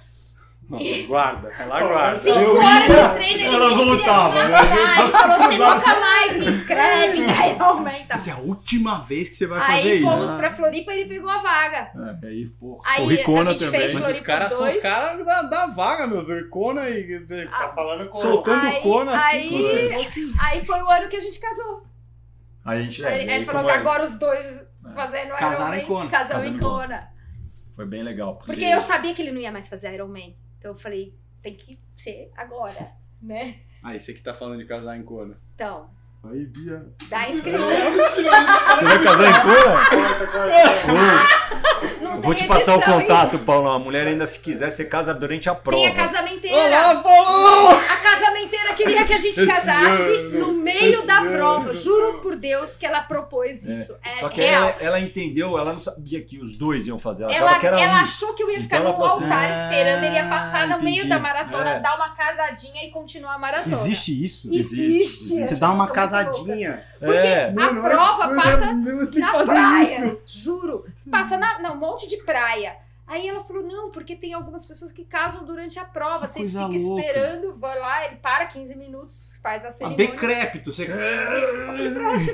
S1: Não, guarda, ela guarda.
S3: Cinco
S2: Eu
S3: horas
S2: ia,
S3: de treino, ele
S2: ela
S3: nem queria
S2: voltava,
S3: me
S2: né?
S3: abraçar,
S2: Só
S3: Ele
S2: se
S3: falou, você
S2: cruzava,
S3: nunca mais me né, inscreve, aí aumenta.
S1: Essa é a última vez que você vai fazer
S3: Aí
S1: isso.
S3: fomos
S2: né?
S3: pra Floripa e ele pegou a vaga.
S2: É, aí, pô,
S3: Aí
S2: o Ricona
S3: Ah. a gente
S2: também.
S3: fez
S1: Mas os
S3: Floripa
S1: caras são os
S3: dois.
S1: caras da, da vaga, meu. Vercona e. e-
S4: Tá falando com
S1: soltando
S3: Aí-
S1: cona assim.
S3: aí-
S1: como se fosse-
S3: Aí foi o ano que a gente casou.
S2: Aí a gente, é,
S3: Aí
S2: e
S3: ele
S2: aí
S3: falou
S2: como
S3: que
S2: é,
S3: agora os dois fazendo Iron
S1: Casaram
S3: Man,
S1: em Kona.
S3: Casaram
S2: Casaram
S3: em
S2: em Kona.
S3: Kona.
S2: Foi bem legal.
S3: Porque eu sabia que ele não ia mais fazer Iron Man. Então eu falei, tem que ser agora, né?
S1: Aí você que tá falando de casar em cona.
S3: Então,
S1: Aí, Bia.
S3: dá a
S4: Eu
S3: inscrição.
S4: não vou tirar isso. né?
S2: Você vai casar em cura?
S4: Corta, corta.
S3: Não
S2: Vou
S3: tem
S2: te passar o
S3: edição, hein?
S2: contato, Paulão. A mulher ainda, se quiser, você casa durante a prova.
S3: Tem a casamenteira.
S1: Olá, Paulo!
S3: A casamenteira queria que a gente
S1: Esse
S3: casasse
S1: ano,
S3: no meio
S1: esse
S3: da
S1: ano.
S3: prova. Juro por Deus que ela propôs isso. É,
S2: Só que
S3: real.
S2: ela, ela entendeu, ela não sabia que os dois iam fazer. Ela,
S3: Ela,
S2: achava que era
S3: ela
S2: um.
S3: achou que eu ia
S2: Então
S3: ficar
S2: ela
S3: no
S2: falou assim,
S3: altar
S2: "Ah,
S3: esperando, ele ia passar no meio
S2: entendi."
S3: da maratona,
S2: É.
S3: dar uma casadinha e continuar a maratona.
S1: Existe isso?
S2: Existe, existe.
S1: Você
S3: As
S1: dá uma
S3: pessoas são muito loucas. né?
S1: casadinha.
S3: Porque
S2: É.
S3: a
S1: Mano,
S3: prova
S1: olha,
S3: passa
S1: meu, Você tem
S3: na
S1: que fazer
S3: praia.
S1: isso.
S3: Juro. Passa na, não, um monte de praia. Aí ela falou: não, porque tem algumas pessoas que casam durante a prova.
S1: Que
S3: Vocês
S1: coisa
S3: ficam
S1: louca.
S3: esperando, vai lá, ele para 15 minutos, faz a
S1: Ah,
S3: cerimônia.
S1: decrépito, você.
S2: Pô,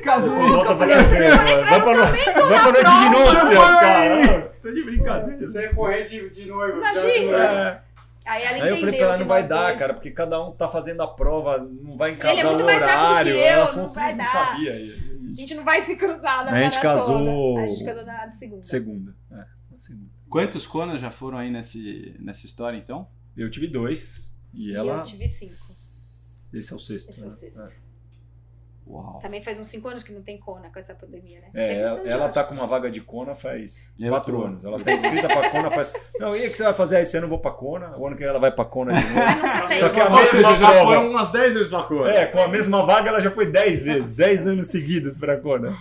S1: Casou.
S2: Volta pra
S3: falei, eu
S2: frente, mano. vai pra, no- vai pra noite de núpcias, cara.
S1: Tá de brincadeira.
S4: Você ia correr de, de noivo.
S3: Imagina.
S4: É.
S2: É.
S3: Aí ela
S2: Aí
S3: entendeu.
S2: eu falei pra ela,
S3: que
S2: não vai
S3: nós
S2: dar,
S3: dois-
S2: cara, porque cada um tá fazendo a prova, não vai
S3: é
S2: encasar
S3: muito
S2: o
S3: mais rápido que
S2: horário.
S3: eu,
S2: ela
S3: não
S2: falou, "Pô,
S3: vai
S2: não
S3: dar."
S2: sabia.
S3: A gente não vai se cruzar na
S2: A gente
S3: maratona.
S2: casou-
S3: A gente casou na segunda.
S2: Segunda. É, na segunda.
S1: Quantos conas já foram aí nesse, nessa história, então?
S2: Eu tive dois e
S3: E
S2: ela.
S3: eu tive cinco.
S2: Esse é o sexto.
S3: Esse é
S2: né?
S3: o sexto.
S1: Uau.
S3: Também faz uns cinco anos que não tem Kona com essa pandemia, né?
S2: É,
S3: Teve
S2: ela,
S3: bastante,
S2: ela
S3: eu
S2: tá
S3: acho.
S2: com uma vaga de Kona faz
S1: Eu
S2: quatro
S1: tô.
S2: anos. Ela tá inscrita pra Kona faz. Não, e o que você vai fazer aí? Esse ano eu vou pra Kona, o ano que ela vai pra Kona de novo.
S4: é.
S3: Nunca
S2: Só
S3: tem.
S2: que a
S1: Ou seja,
S2: mesma
S1: já
S2: prova.
S1: foram umas 10 vezes pra cor.
S2: É, com a mesma vaga ela já foi dez vezes, dez anos seguidos pra Kona.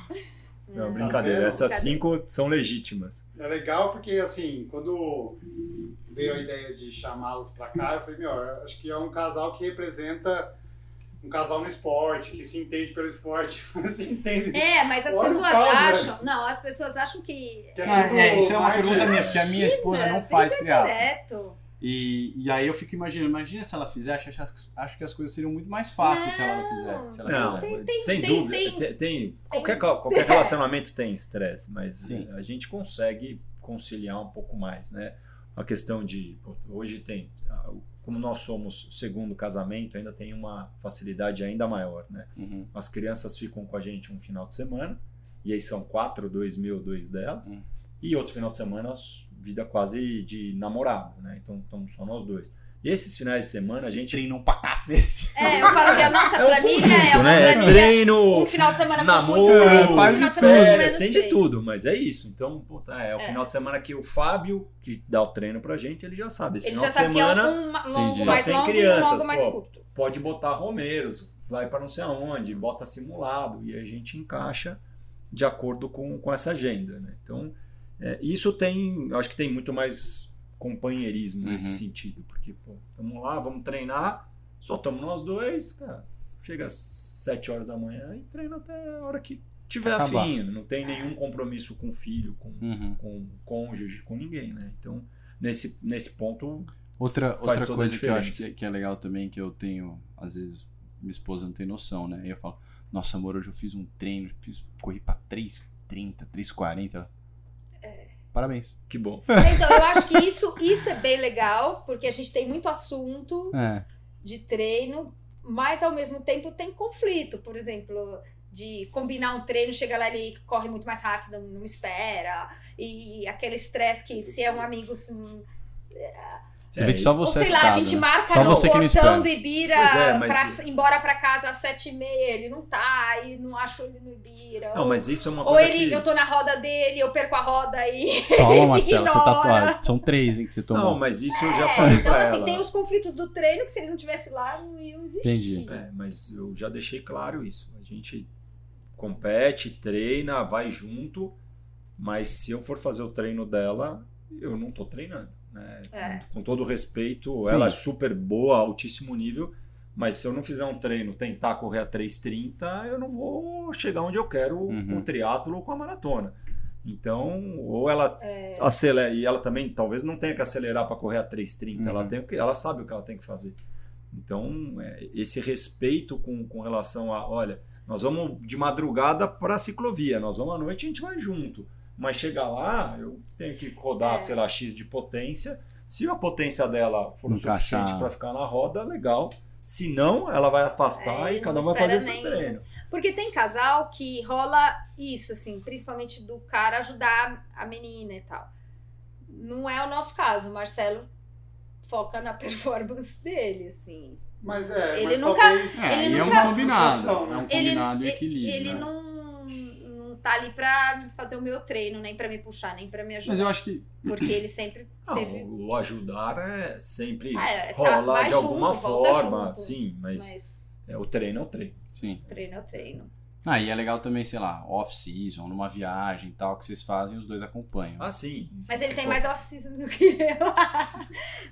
S2: Não, brincadeira.
S4: Tá vendo?
S2: Essas
S3: Brincadeira.
S2: cinco são legítimas.
S4: É legal porque, assim, quando veio a ideia de chamá-los pra cá, eu falei, meu, eu acho que é um casal que representa um casal no esporte, que se entende pelo esporte, mas se entende.
S3: É, mas as
S4: Olha o
S3: pessoas
S4: caos,
S3: acham. Não, as pessoas acham que.
S4: Que
S1: Ah,
S4: tudo né?
S1: é, isso é uma
S4: mais
S1: pergunta
S4: de-
S1: minha, porque a minha esposa
S3: Imagina,
S1: não faz
S3: é,
S1: né,
S3: sempre
S1: triatlo.
S3: Direto.
S1: E, e aí eu fico imaginando, imagina se ela fizer, acho, acho- acho que as coisas seriam muito mais fáceis se ela não fizer. Se ela
S2: Não,
S1: fizer.
S3: tem- tem-
S2: sem
S3: tem-
S2: dúvida.
S3: tem-
S2: Tem, tem- qualquer, qualquer relacionamento tem estresse, mas
S1: Sim.
S2: a gente consegue conciliar um pouco mais, né? A questão de pô, hoje tem, ah, como nós somos segundo casamento, ainda tem uma facilidade ainda maior, né?
S1: Uhum,
S2: As crianças ficam com a gente um final de semana, e aí são quatro, dois mil, dois dela,
S1: Hum.
S2: e outro final de semana, as- vida quase de namorado, né? Então estamos só nós dois. E esses finais de semana a
S1: Vocês
S2: gente.
S1: treinam pra cacete.
S3: É, eu falo que a nossa
S2: É um
S3: planilha é
S2: conjunto,
S3: uma
S2: né? É
S3: planilha.
S2: treino,
S3: Um final de semana com muito
S2: namoro,
S3: treino, um
S1: faz
S3: final de semana com
S2: férias,
S3: menos
S2: tem de
S3: treino.
S2: tudo, mas é isso. Então, puta, é, o final de semana que o Fábio, que dá o treino pra gente, ele já sabe. Esse
S3: Ele
S2: final
S3: já
S2: de
S3: sabe que é
S2: semana
S3: um ma- longo
S1: Entendi.
S3: mais
S2: Tá sem
S3: longo e um
S2: crianças,
S3: longo mais
S2: pô.
S3: curto.
S2: pode botar Romeiros, vai pra não sei aonde, bota simulado, e aí a gente encaixa de acordo com, com essa agenda. né? Então, é, isso tem, eu acho que tem muito mais companheirismo nesse
S1: Uhum.
S2: sentido, porque, pô, tamo lá, vamos treinar, só estamos nós dois, cara, chega às 7 horas da manhã e treina até a hora que tiver
S1: Acabar.
S2: afim, né? não tem nenhum compromisso com o filho, com,
S1: Uhum.
S2: com o cônjuge, com ninguém, né? Então, nesse, nesse ponto,
S1: Outra,
S2: Faz
S1: outra
S2: toda a
S1: coisa que eu acho
S2: diferença.
S1: que, que é legal também, que eu tenho, às vezes, minha esposa não tem noção, né? E eu falo, nossa amor, hoje eu fiz um treino, fiz, corri pra 3,30, 3,40. Ela,
S3: É.
S1: Parabéns.
S2: que bom.
S3: Então, eu acho que isso, isso é bem legal, porque a gente tem muito assunto
S1: É.
S3: de treino, mas ao mesmo tempo tem conflito, por exemplo, de combinar um treino, chega lá ele corre muito mais rápido, não espera, e aquele estresse que se é um amigo... se não-
S1: Você
S2: É,
S1: vê que só
S3: Ou
S1: você
S3: sei
S1: é
S3: lá, a
S1: citado,
S3: gente
S1: né?
S3: marca
S1: Só
S3: no
S1: você que não
S3: portão
S1: espera.
S3: do Ibira,
S2: Pois é, mas-
S3: pra- embora pra casa às sete e meia, ele não tá, aí não acho ele no Ibira.
S2: Não, mas isso é uma
S3: Ou
S2: coisa
S3: ele,
S2: que...
S3: eu tô na roda dele, eu perco a roda e.
S1: Toma, Marcelo, você
S3: Ignora.
S1: tatuado. São três, hein, que você tomou.
S2: Não, mas isso eu já
S3: É,
S2: falei
S3: então,
S2: pra
S3: assim,
S2: ela.
S3: tem os conflitos do treino que se ele não tivesse lá, não iam existir.
S1: Entendi.
S2: É, mas eu já deixei claro isso. A gente compete, treina, vai junto, mas se eu for fazer o treino dela, eu não tô treinando. Né?
S3: É.
S2: Com, com todo o respeito,
S1: Sim.
S2: ela é super boa, altíssimo nível, mas se eu não fizer um treino, tentar correr a 3,30, eu não vou chegar onde eu quero com
S1: Uhum.
S2: o triatlo ou com a maratona. Então, ou ela
S3: É,
S2: acelera, e ela também talvez não tenha que acelerar para correr a 3,30,
S1: Uhum.
S2: ela, tem, o que- ela sabe o que ela tem que fazer. Então, é, esse respeito com, com relação a, olha, nós vamos de madrugada para a ciclovia, nós vamos à noite e a gente vai junto. Mas chegar lá, eu tenho que rodar,
S3: É.
S2: sei lá, X de potência. Se a potência dela for o
S1: Encaixar.
S2: suficiente para ficar na roda, legal. Se não, ela vai afastar e
S3: É, não
S2: cada um vai
S3: espera
S2: fazer seu
S3: nem.
S2: treino.
S3: Porque tem casal que rola isso, assim, principalmente do cara ajudar a menina e tal. Não é o nosso caso, o Marcelo foca na performance dele, assim.
S4: Mas é,
S3: Ele
S4: mas
S3: nunca-
S4: talvez...
S1: É,
S3: Ele
S1: e é
S3: nunca-
S1: um combinado.
S4: Sensação, né?
S1: É um
S3: Ele,
S1: combinado e
S3: ele,
S1: equilíbrio.
S3: ele
S1: né?
S3: não, não tá ali pra fazer o meu treino, nem pra me puxar, nem pra me ajudar.
S1: Mas eu acho que.
S3: Porque ele sempre
S2: Não,
S3: teve.
S2: Ah, o ajudar é sempre
S3: Ah, é, tá,
S2: rola
S3: vai
S2: de
S3: junto,
S2: alguma
S3: volta
S2: forma,
S3: junto.
S2: sim, mas,
S3: Mas
S2: é, o treino é o treino.
S1: Sim.
S3: treino é treino.
S1: Ah, e é legal também, sei lá, off-season, numa viagem e tal, que vocês fazem, os dois
S3: É.
S1: acompanham.
S2: Ah, sim.
S3: Mas ele tem mais off-season do que eu.
S4: Não,
S3: Porque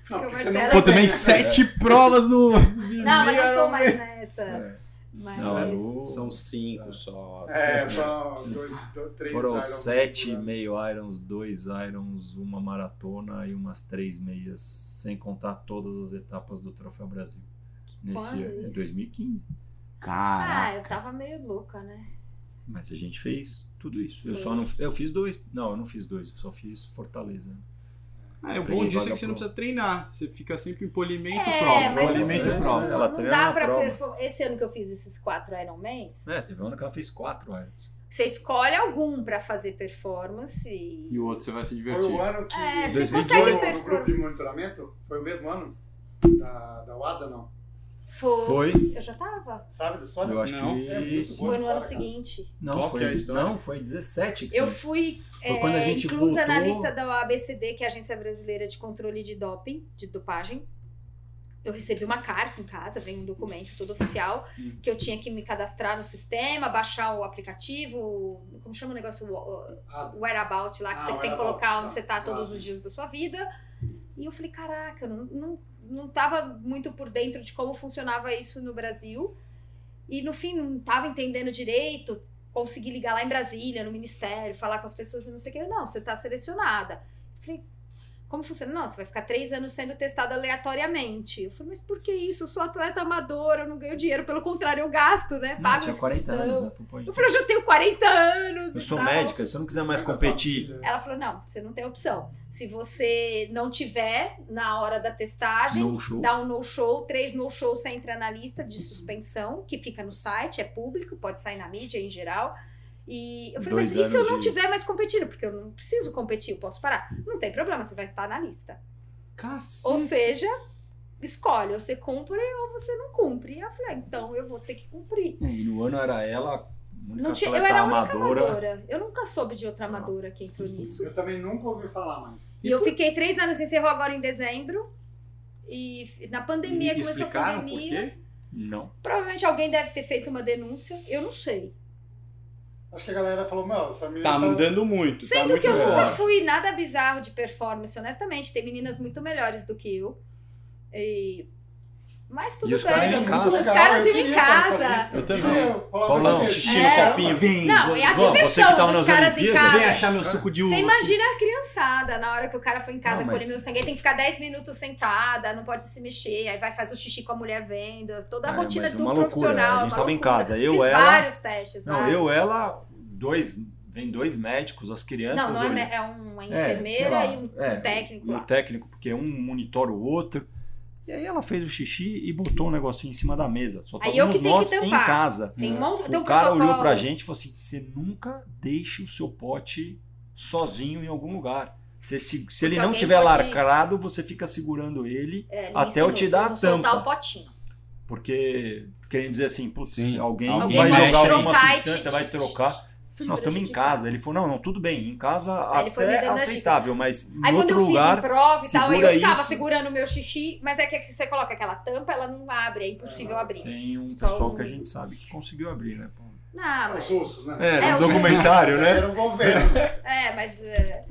S4: porque
S3: o
S4: você
S3: Marcelo-
S1: Pô,
S4: não tem, né?
S1: também sete provas no.
S3: Não, mas não tô mais nessa.
S2: É.
S3: Mas...
S2: Não, é o-
S1: São cinco só.
S4: É, foram dois, dois, três
S2: Foram
S4: Irons,
S2: sete
S4: né?
S2: meio irons, dois irons, uma maratona e umas três meias, sem contar todas as etapas do Troféu Brasil. Nesse
S3: quando
S2: ano, em
S3: isso?
S2: 2015.
S1: Caraca.
S3: Ah, eu tava meio louca, né?
S2: Mas a gente fez tudo isso. Eu
S3: Foi.
S2: só não. Eu fiz dois. Não, eu não fiz dois, eu só fiz Fortaleza.
S1: Ah, e o
S2: Peguei
S1: bom disso é
S2: vaga
S1: que você não
S2: pro-
S1: precisa treinar. Você fica sempre em polimento
S3: É,
S1: prova.
S3: mas né?
S1: Polimento
S2: assim,
S1: prova.
S2: ela
S3: não
S2: treina
S3: dá
S2: na
S3: pra
S2: prova.
S3: performar. Esse ano que eu fiz esses quatro Ironmans,
S2: É, teve um ano que ela fez quatro irons.
S3: você escolhe algum pra fazer performance e...
S1: E o outro você vai se
S4: Foi
S1: divertir.
S4: o ano que.
S3: É,
S4: É,
S3: você
S2: 2018.
S3: consegue
S4: do grupo de
S3: performar.
S4: monitoramento? Foi o mesmo ano? Da, da WADA, não?
S3: Foi.
S2: Foi?
S3: Eu já tava.
S4: Sabe da história?
S2: Eu acho
S1: Não.
S2: que.
S4: É, muito
S2: sim.
S4: Boa bom.
S3: Foi no ano
S4: história, cara.
S3: seguinte.
S2: Não,
S1: Qual que é a
S2: foi,
S1: história?
S2: não, foi 17 que
S3: Eu
S2: você-
S3: fui
S2: Foi
S3: é,
S2: quando a gente
S3: inclusa na
S2: voltou.
S3: lista da OABCD, que é a Agência Brasileira de Controle de Doping, de dopagem. Eu recebi uma carta em casa, veio um documento todo oficial,
S2: Hum.
S3: que eu tinha que me cadastrar no sistema, baixar o aplicativo, como chama o negócio? O-
S4: Ah,
S3: o whereabout lá, que é
S4: Ah,
S3: você tem que
S4: whereabout,
S3: colocar onde
S4: tá.
S3: você tá todos
S4: Ah.
S3: os dias da sua vida. E eu falei, caraca, eu não, não, não tava muito por dentro de como funcionava isso no Brasil. E no fim, não tava entendendo direito, consegui ligar lá em Brasília, no ministério, falar com as pessoas e não sei o que. Não, você tá selecionada. Eu falei, como funciona? Não, você vai ficar três anos sendo testada aleatoriamente. Eu falei, mas por que isso? Eu sou atleta amador, eu não ganho dinheiro. Pelo contrário, eu gasto, né?
S2: Não,
S3: Pago
S2: tinha
S3: a
S2: 40
S3: inscrição.
S2: anos, né? Foi, pô,
S3: Eu falei, tá eu já tenho 40 anos
S2: eu
S3: e
S2: sou
S3: tal.
S2: médica, se eu não quiser mais
S4: da
S2: competir.
S4: família.
S3: Ela falou: não, você não tem opção. Se você não tiver na hora da testagem,
S2: No show.
S3: dá um no-show, três no-show, você entra na lista de suspensão, que fica no site, é público, pode sair na mídia em geral. E eu falei,
S2: Dois
S3: mas e se eu
S2: anos
S3: não
S2: de-
S3: tiver mais competindo? Porque eu não preciso competir, eu posso parar. Não tem problema, você vai estar na lista.
S1: Cacete.
S3: Ou seja, escolhe, ou você cumpre ou você não cumpre. Eu falei, ah, então eu vou ter que cumprir.
S2: E no ano era ela, a única
S3: Não tinha, eu
S2: atleta
S3: era a única
S2: amadora. Ah.
S3: amadora. Eu nunca soube de outra amadora que entrou nisso.
S4: Eu também nunca ouvi falar mais.
S3: E eu fiquei três anos, encerrou agora em dezembro. E f- na pandemia
S1: E
S3: começou a
S1: explicaram por
S3: pandemia.
S1: quê?
S2: Não.
S3: Provavelmente alguém deve ter feito uma denúncia, eu não sei.
S4: Acho que a galera falou, meu, essa menina.
S1: Tá mudando muito. tá
S3: Sendo
S1: muito
S3: que eu
S1: fora.
S3: nunca fui nada bizarro de performance, honestamente. Tem meninas muito melhores do que eu. E- Mas tudo
S2: E os caras
S3: bem.
S2: em
S4: tá muito
S2: casa.
S4: legal,
S3: Os caras
S4: eu
S3: iam em
S4: queria estar nessa
S3: casa.
S4: lista.
S1: Eu também.
S4: Eu falava
S2: Paulão,
S4: assim,
S2: xixi
S4: é,
S2: no copinho, vem.
S3: Não, e
S2: vamos, você
S3: a
S2: que
S3: diversão
S2: tava
S3: dos
S2: nas
S3: caras em
S2: Olimpíadas,
S3: casa.
S1: Vem achar meu suco de uva.
S3: Você imagina a criançada na hora que o cara foi em casa
S2: Não, mas-
S3: colher meu sangue, ele tem que ficar 10 minutos sentada, não pode se mexer, aí vai fazer o xixi com a mulher vendo, toda a
S2: É,
S3: rotina
S2: mas
S3: do
S2: é uma loucura,
S3: profissional.
S2: a gente
S3: uma
S2: tava em
S3: loucura.
S2: casa, eu,
S3: Fiz
S2: ela-
S3: vários testes,
S2: Não,
S3: vários.
S2: eu, ela, dois. Vem dois médicos, as crianças.
S3: Não, não é,
S2: eu-
S3: me- é uma
S2: É, sei
S3: enfermeira
S2: lá,
S3: e um
S2: é,
S3: técnico
S2: E
S3: lá.
S2: o técnico, porque um monitora o outro. E aí ela fez o xixi e botou um negocinho em cima da mesa. Só
S3: Aí eu
S2: estávamos
S3: que tenho
S2: nós
S3: que
S2: em
S3: tampar.
S2: casa.
S3: Tem um monte, tem um
S2: o cara
S3: protocolo.
S2: olhou pra gente e falou assim: você nunca deixe o seu pote sozinho em algum lugar. Você se- se ele
S3: Porque
S2: não
S3: alguém
S2: tiver
S3: pode-
S2: lacrado, você fica segurando ele,
S3: É, ele me
S2: até eu
S3: ensinou,
S2: te dar a
S3: não soltar
S2: tampa.
S3: o potinho.
S2: porque querendo dizer assim, putz,
S1: Sim.
S2: alguém,
S1: Alguém
S2: vai
S1: pode
S2: jogar alguma
S3: trocar e te-
S2: substância,
S3: te-
S2: vai
S3: te-
S2: trocar. Eu falei, Nós
S3: te
S2: estamos em
S3: um prejudicar.
S2: casa. Ele falou: não, não, tudo bem, em casa
S3: Aí ele foi me
S2: até
S3: dando as dicas.
S2: aceitável, mas em
S3: Aí quando
S2: outro
S3: eu fiz em
S2: lugar.
S3: prova e tal, aí eu
S2: segura
S3: ficava
S2: isso.
S3: segurando o meu xixi, mas é que você coloca aquela tampa, ela não abre, é impossível abrir.
S2: Tem um
S3: Só
S2: pessoal
S3: um-
S2: que a gente sabe que conseguiu abrir, né? Paulo?
S3: Não,
S4: Os
S3: mas
S4: russos, né?
S2: É,
S3: É,
S2: no
S3: o-
S2: documentário, né?
S4: Era o governo.
S3: É, mas é,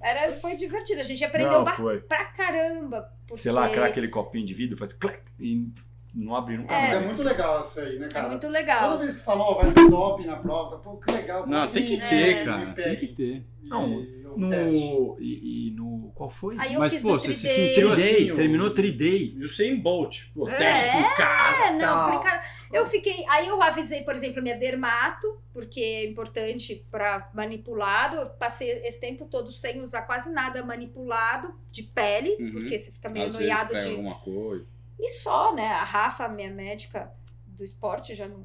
S3: era, foi divertido. A gente aprendeu
S2: Não,
S3: ba-
S2: foi.
S3: pra caramba. Porque
S2: Sei lá, craque aquele copinho de vidro, faz clac e não abre nunca
S3: É.
S4: Mas
S2: mais.
S4: é muito legal isso aí, né,
S3: é
S4: cara?
S3: muito
S4: Toda
S3: legal.
S4: vez que falou, ó, vai ter top na prova, pô, que legal.
S1: Não, tem que
S3: É,
S4: Ih,
S1: ter,
S4: me
S1: cara. Tem
S4: pegue.
S1: que ter.
S2: Não,
S4: E o teste.
S2: No, e, e no. Qual foi?
S3: Aí eu
S1: Mas,
S3: fiz
S1: pô,
S3: no
S1: você se
S3: 3D.
S1: sentiu-
S2: Triday,
S1: assim, o-
S2: terminou Triday.
S1: E o sem Bolt. Pô,
S2: É.
S1: teste em casa.
S3: É, não, eu
S1: tal.
S3: falei, cara, eu fiquei. Aí eu avisei, por exemplo, minha dermato, porque é importante pra manipulado. Eu passei esse tempo todo sem usar quase nada manipulado de pele,
S1: Uhum.
S3: porque você fica meio
S1: Às vezes um
S3: noiado
S1: pega
S3: de.
S1: alguma coisa.
S3: E só, né? A Rafa, minha médica do esporte, já não-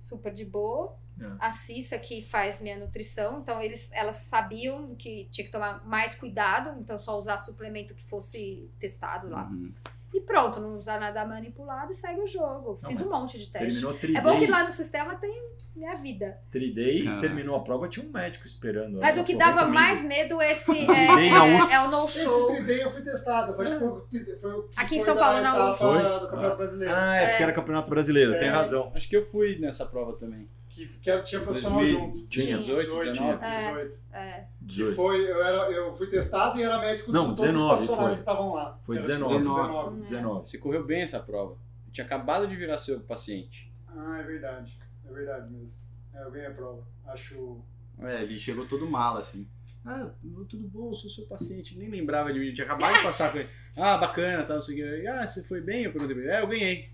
S3: super de boa.
S2: É.
S3: A Cissa, que faz minha nutrição, então eles, elas sabiam que tinha que tomar mais cuidado, então só usar suplemento que fosse testado lá.
S1: Uhum.
S3: E pronto, não usar nada manipulado e segue o jogo.
S2: Não,
S3: Fiz um
S2: mas
S3: monte de teste.
S2: Terminou
S3: É bom que
S2: 3D.
S3: lá no sistema tem minha vida.
S2: Triday
S1: Cara.
S2: e terminou a prova, tinha um médico esperando.
S3: Mas
S2: ela
S3: o que
S2: falou
S3: dava
S2: comigo.
S3: mais medo esse é,
S1: Dei na
S3: é-
S1: USP.
S3: é o no
S4: Esse
S3: show. Ah.
S4: 3D eu fui testado. Foi, acho que foi, o que- foi o que
S3: Aqui em
S4: foi
S3: São
S4: da
S3: Paulo, na
S4: etapa
S3: USP.
S1: Foi?
S4: do Campeonato Brasileiro.
S2: Ah, é porque era Campeonato Brasileiro, tem
S4: É.
S2: razão.
S1: Acho que eu fui nessa prova também.
S4: Que, que era- tinha profissional junto.
S1: 2018, 19.
S3: É.
S4: 18.
S3: É.
S4: Que
S2: 18.
S4: foi, eu, era, eu fui testado e era médico de
S2: Não,
S4: todos
S2: 19
S4: os profissionais
S2: foi.
S4: que estavam lá.
S2: Foi
S4: Era tipo
S2: 19.
S4: 19.
S2: 19.
S1: Você correu bem essa prova. Eu tinha acabado de virar seu paciente.
S4: Ah, é verdade. É verdade mesmo. É, eu ganhei a prova. Acho.
S1: É, ele chegou todo mal, assim. Ah, tudo bom, eu sou seu paciente. Nem lembrava de mim, eu tinha
S3: É.
S1: acabado de passar com ele. Ah, bacana, tal, não sei o quê. Ah, você foi bem? Eu perguntei pra ele. É, eu ganhei.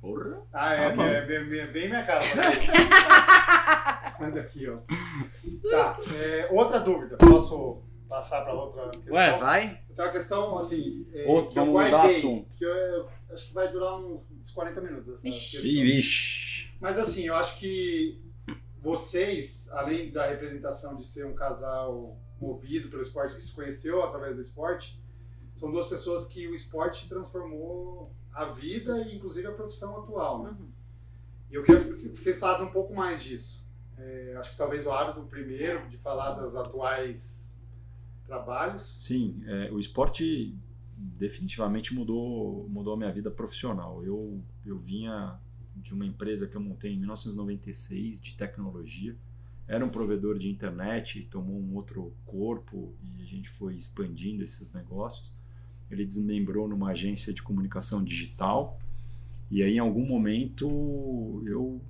S1: Porra!
S4: Ah, é,
S1: Tá bom.
S4: é, bem, bem- bem minha cara. Sai daqui, ó. Tá. é, outra dúvida. Posso passar para outra questão?
S1: Ué, vai?
S4: Então a questão, assim, é,
S1: Outro,
S4: que eu
S1: vamos mudar
S4: guardei,
S1: assunto.
S4: que eu, eu acho que vai durar uns 40 minutos essa
S3: Ixi.
S4: questão.
S2: Ih, Vixe.
S4: Mas assim, eu acho que vocês, além da representação de ser um casal movido pelo esporte, que se conheceu através do esporte, são duas pessoas que o esporte transformou a vida e inclusive a profissão atual. Né?
S3: Uhum.
S4: E eu queria que vocês façam um pouco mais disso. É, acho que talvez o hábito primeiro de falar dos atuais trabalhos.
S2: Sim, é, o esporte definitivamente mudou, mudou a minha vida profissional. Eu, eu vinha de uma empresa que eu montei em 1996 de tecnologia. Era um provedor de internet, tomou um outro corpo e a gente foi expandindo esses negócios. Ele desmembrou numa agência de comunicação digital. E aí, em algum momento, eu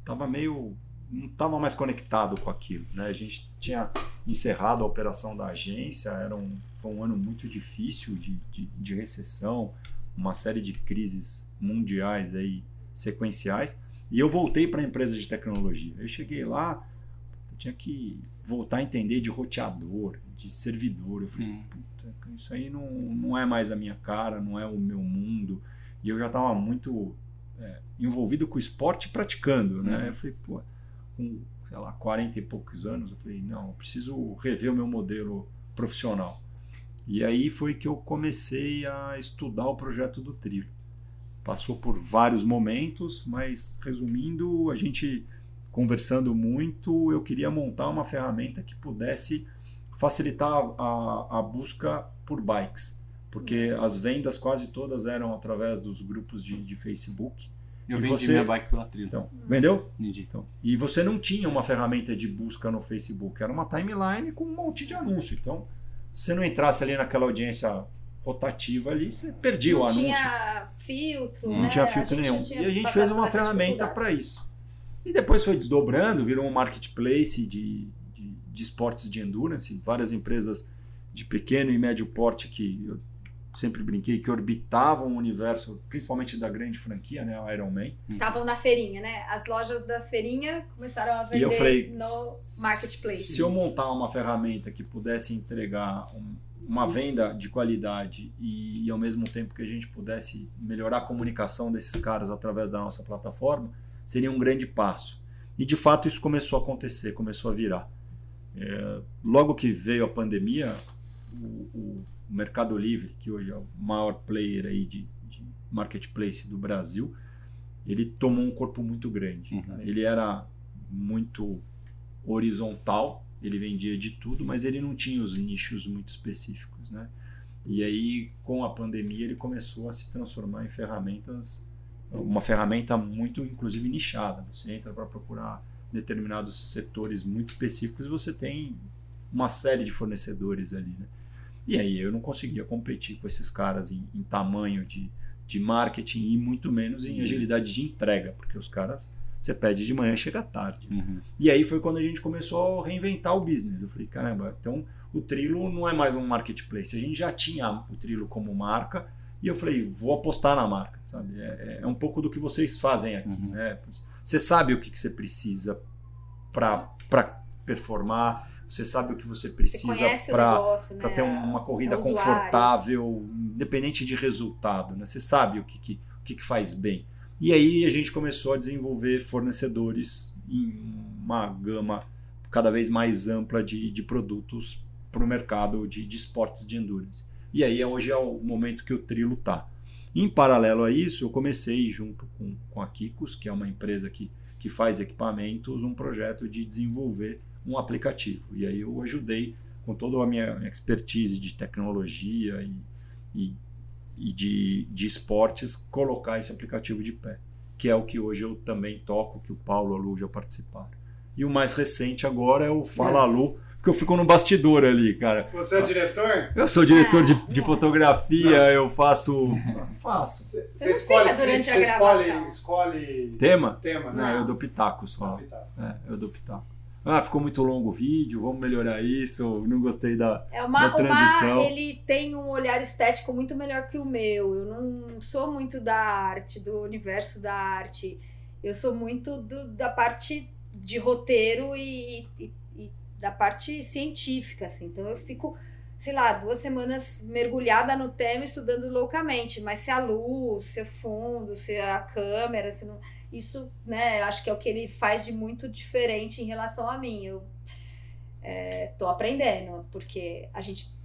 S2: estava meio. não estava mais conectado com aquilo. Né? A gente tinha encerrado a operação da agência, era um, foi um ano muito difícil de, de, de recessão, uma série de crises mundiais aí sequenciais, e eu voltei para a empresa de tecnologia. Eu cheguei lá, eu tinha que voltar a entender de roteador, de servidor. Eu falei,
S1: Hum.
S2: puta, isso aí não, não é mais a minha cara, não é o meu mundo. E eu já estava muito é, envolvido com o esporte praticando, né?
S1: Uhum.
S2: Eu falei, pô, com, sei lá, 40 e poucos anos, eu falei, não, eu preciso rever o meu modelo profissional. E aí foi que eu comecei a estudar o projeto do trilho. Passou por vários momentos, mas resumindo, a gente conversando muito, eu queria montar uma ferramenta que pudesse facilitar a, a busca por bikes, porque
S3: Uhum.
S2: as vendas quase todas eram através dos grupos de, de Facebook.
S1: Eu
S2: E
S1: vendi
S2: você?
S1: minha bike pela trilha.
S2: Então,
S3: Uhum.
S2: vendeu?
S1: Entendi.
S2: Então, e você não tinha uma ferramenta de busca no Facebook, era uma timeline com um monte de anúncio. Então, se você não entrasse ali naquela audiência rotativa ali, você perdia o
S3: Não
S2: anúncio.
S3: tinha filtro,
S1: Não
S3: né?
S2: Não tinha
S3: A
S2: filtro
S3: gente
S2: nenhum.
S3: tinha
S2: E a gente
S3: passado
S2: fez
S3: por
S2: uma
S3: essa
S2: ferramenta
S3: dificuldade.
S2: para isso. E depois foi desdobrando, virou um marketplace de, de, de esportes de endurance, várias empresas de pequeno e médio porte que eu sempre brinquei, que orbitavam o universo, principalmente da grande franquia, né, o Ironman.
S3: Estavam na feirinha, né? As lojas da feirinha começaram a vender
S2: E eu falei,
S3: no
S2: "S-
S3: marketplace.
S2: Se eu montar uma ferramenta que pudesse entregar um- uma venda de qualidade e, e ao mesmo tempo que a gente pudesse melhorar a comunicação desses caras através da nossa plataforma, seria um grande passo. E de fato isso começou a acontecer, começou a virar. É, logo que veio a pandemia, o, o Mercado Livre, que hoje é o maior player aí de, de marketplace do Brasil, ele tomou um corpo muito grande.
S1: Uhum.
S2: cara. Ele era muito horizontal, ele vendia de tudo, mas ele não tinha os nichos muito específicos, né? E aí, com a pandemia, ele começou a se transformar em ferramentas, uma ferramenta muito, inclusive, nichada. Você entra para procurar determinados setores muito específicos e você tem uma série de fornecedores ali, né? E aí eu não conseguia competir com esses caras em, em tamanho de, de marketing e muito menos em agilidade de entrega, porque os caras, você pede de manhã e chega tarde.
S1: Uhum.
S2: E aí foi quando a gente começou a reinventar o business. Eu falei, caramba, então o Trilo não é mais um marketplace. A gente já tinha o Trilo como marca e eu falei, vou apostar na marca, sabe? É, é- é um pouco do que vocês fazem aqui,
S1: Uhum.
S2: né? Você sabe o que, que você precisa para performar, você sabe o que você
S3: Você
S2: precisa
S3: conhece o
S2: para
S3: negócio, né?
S2: para ter um- uma corrida
S3: é usuário.
S2: confortável, independente de resultado, né? Você sabe o que, que, o que, que faz bem. E aí a gente começou a desenvolver fornecedores em uma gama cada vez mais ampla de, de produtos para o mercado de, de esportes de endurance. E aí é- hoje é o momento que o Trilo tá. Em paralelo a isso, eu comecei junto com, com a Kikos, que é uma empresa que, que faz equipamentos, um projeto de desenvolver um aplicativo. E aí eu ajudei com toda a minha expertise de tecnologia e, e, e de, de esportes colocar esse aplicativo de pé, que é o que hoje eu também toco, que o Paulo e a Lu já participaram. E o mais recente agora é o Fala Lu, que eu fico no bastidor ali, cara.
S4: Você é diretor?
S2: Eu sou diretor de, de
S3: É.
S2: fotografia,
S4: Não.
S2: eu faço. faço.
S4: Você
S3: Você
S4: você
S3: não
S4: escolhe,
S3: fica durante
S4: você
S3: a
S4: escolhe,
S3: gravação.
S4: escolhe
S2: Tema?
S4: tema,
S2: Não,
S4: né?
S2: eu dou pitaco só.
S4: Ah, tá.
S2: É, eu dou pitaco. Ah, ficou muito longo o vídeo, vamos melhorar isso, não gostei da.
S3: É, o Mar,
S2: Da
S3: o
S2: transição.
S3: Mar, ele tem um olhar estético muito melhor que o meu. Eu não sou muito da arte, do universo da arte. Eu sou muito do- da parte de roteiro e, e- e da parte científica, assim. Então eu fico, sei lá, duas semanas mergulhada no tema, estudando loucamente. Mas se a luz, se o fundo, se a câmera, se não... Isso, né, eu acho que é o que ele faz de muito diferente em relação a mim. Eu é, tô aprendendo, porque a gente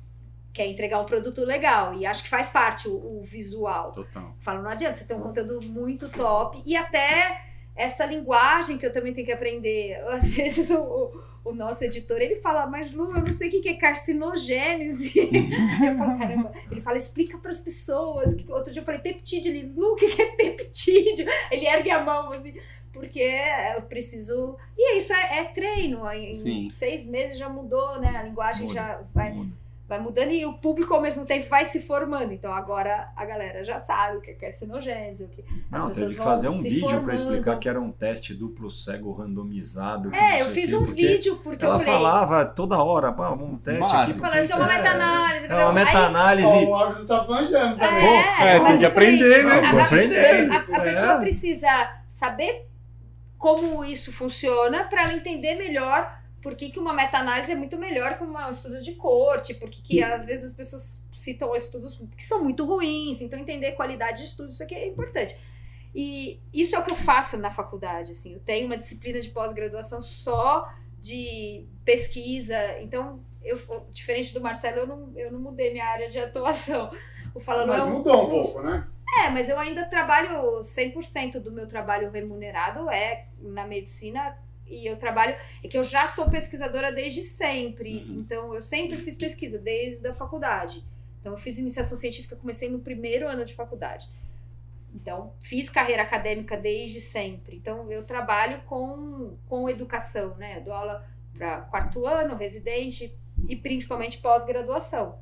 S3: quer entregar um produto legal e acho que faz parte o, o visual.
S1: Total.
S3: Falo, não adianta, você tem um conteúdo muito top e até essa linguagem que eu também tenho que aprender. Às vezes o, o- o nosso editor, ele fala, mas Lu, eu não sei o que que é carcinogênese. Eu falo, caramba, ele fala, explica para as pessoas. Outro dia eu falei, peptídeo. Ele, Lu, o que que é peptídeo? Ele ergue a mão, assim, porque eu preciso. E é isso é, é treino. Em
S1: Sim.
S3: seis meses já mudou, né? A linguagem
S2: Muda.
S3: já vai, vai mudando e o público ao mesmo tempo vai se formando. Então agora a galera já sabe o que é carcinogênese, o que. As
S2: Não,
S3: pessoas
S2: teve que
S3: vão
S2: fazer um
S3: se
S2: vídeo
S3: formando.
S2: para explicar que era um teste duplo cego randomizado. que não
S3: É,
S2: sei
S3: eu
S2: o
S3: fiz
S2: quê,
S3: um
S2: porque
S3: vídeo porque
S2: Ela
S3: eu falei.
S2: falava toda hora, pá, um teste
S1: Básico.
S2: aqui. porque
S3: Falando, isso é uma meta-análise.
S2: É uma
S3: Aí-
S2: meta-análise.
S4: Ó, o árbitro tá manjando também.
S3: É,
S1: é,
S3: mas
S1: tem que
S3: eu falei,
S1: aprender, né?
S3: a-
S2: Tem que
S3: a pessoa-
S2: aprender.
S3: A, a
S2: É.
S3: pessoa precisa saber como isso funciona para ela entender melhor por que, que uma meta-análise é muito melhor que uma- um estudo de corte, porque que, às vezes as pessoas citam estudos que são muito ruins, então entender qualidade de estudo, isso aqui é importante. E isso é o que eu faço na faculdade, assim, eu tenho uma disciplina de pós-graduação só de pesquisa, então eu, diferente do Marcelo, eu não, eu não mudei minha área de atuação. O Fala
S4: Mas
S3: Lu é um
S4: mudou um
S3: curso-
S4: pouco, né?
S3: é, mas eu ainda trabalho 100% do meu trabalho remunerado é na medicina e eu trabalho é que eu já sou pesquisadora desde sempre.
S1: Uhum.
S3: Então eu sempre fiz pesquisa desde a faculdade. Então eu fiz iniciação científica, comecei no primeiro ano de faculdade. Então fiz carreira acadêmica desde sempre. Então eu trabalho com com educação, né? Eu dou aula para quarto ano, residente e principalmente pós-graduação.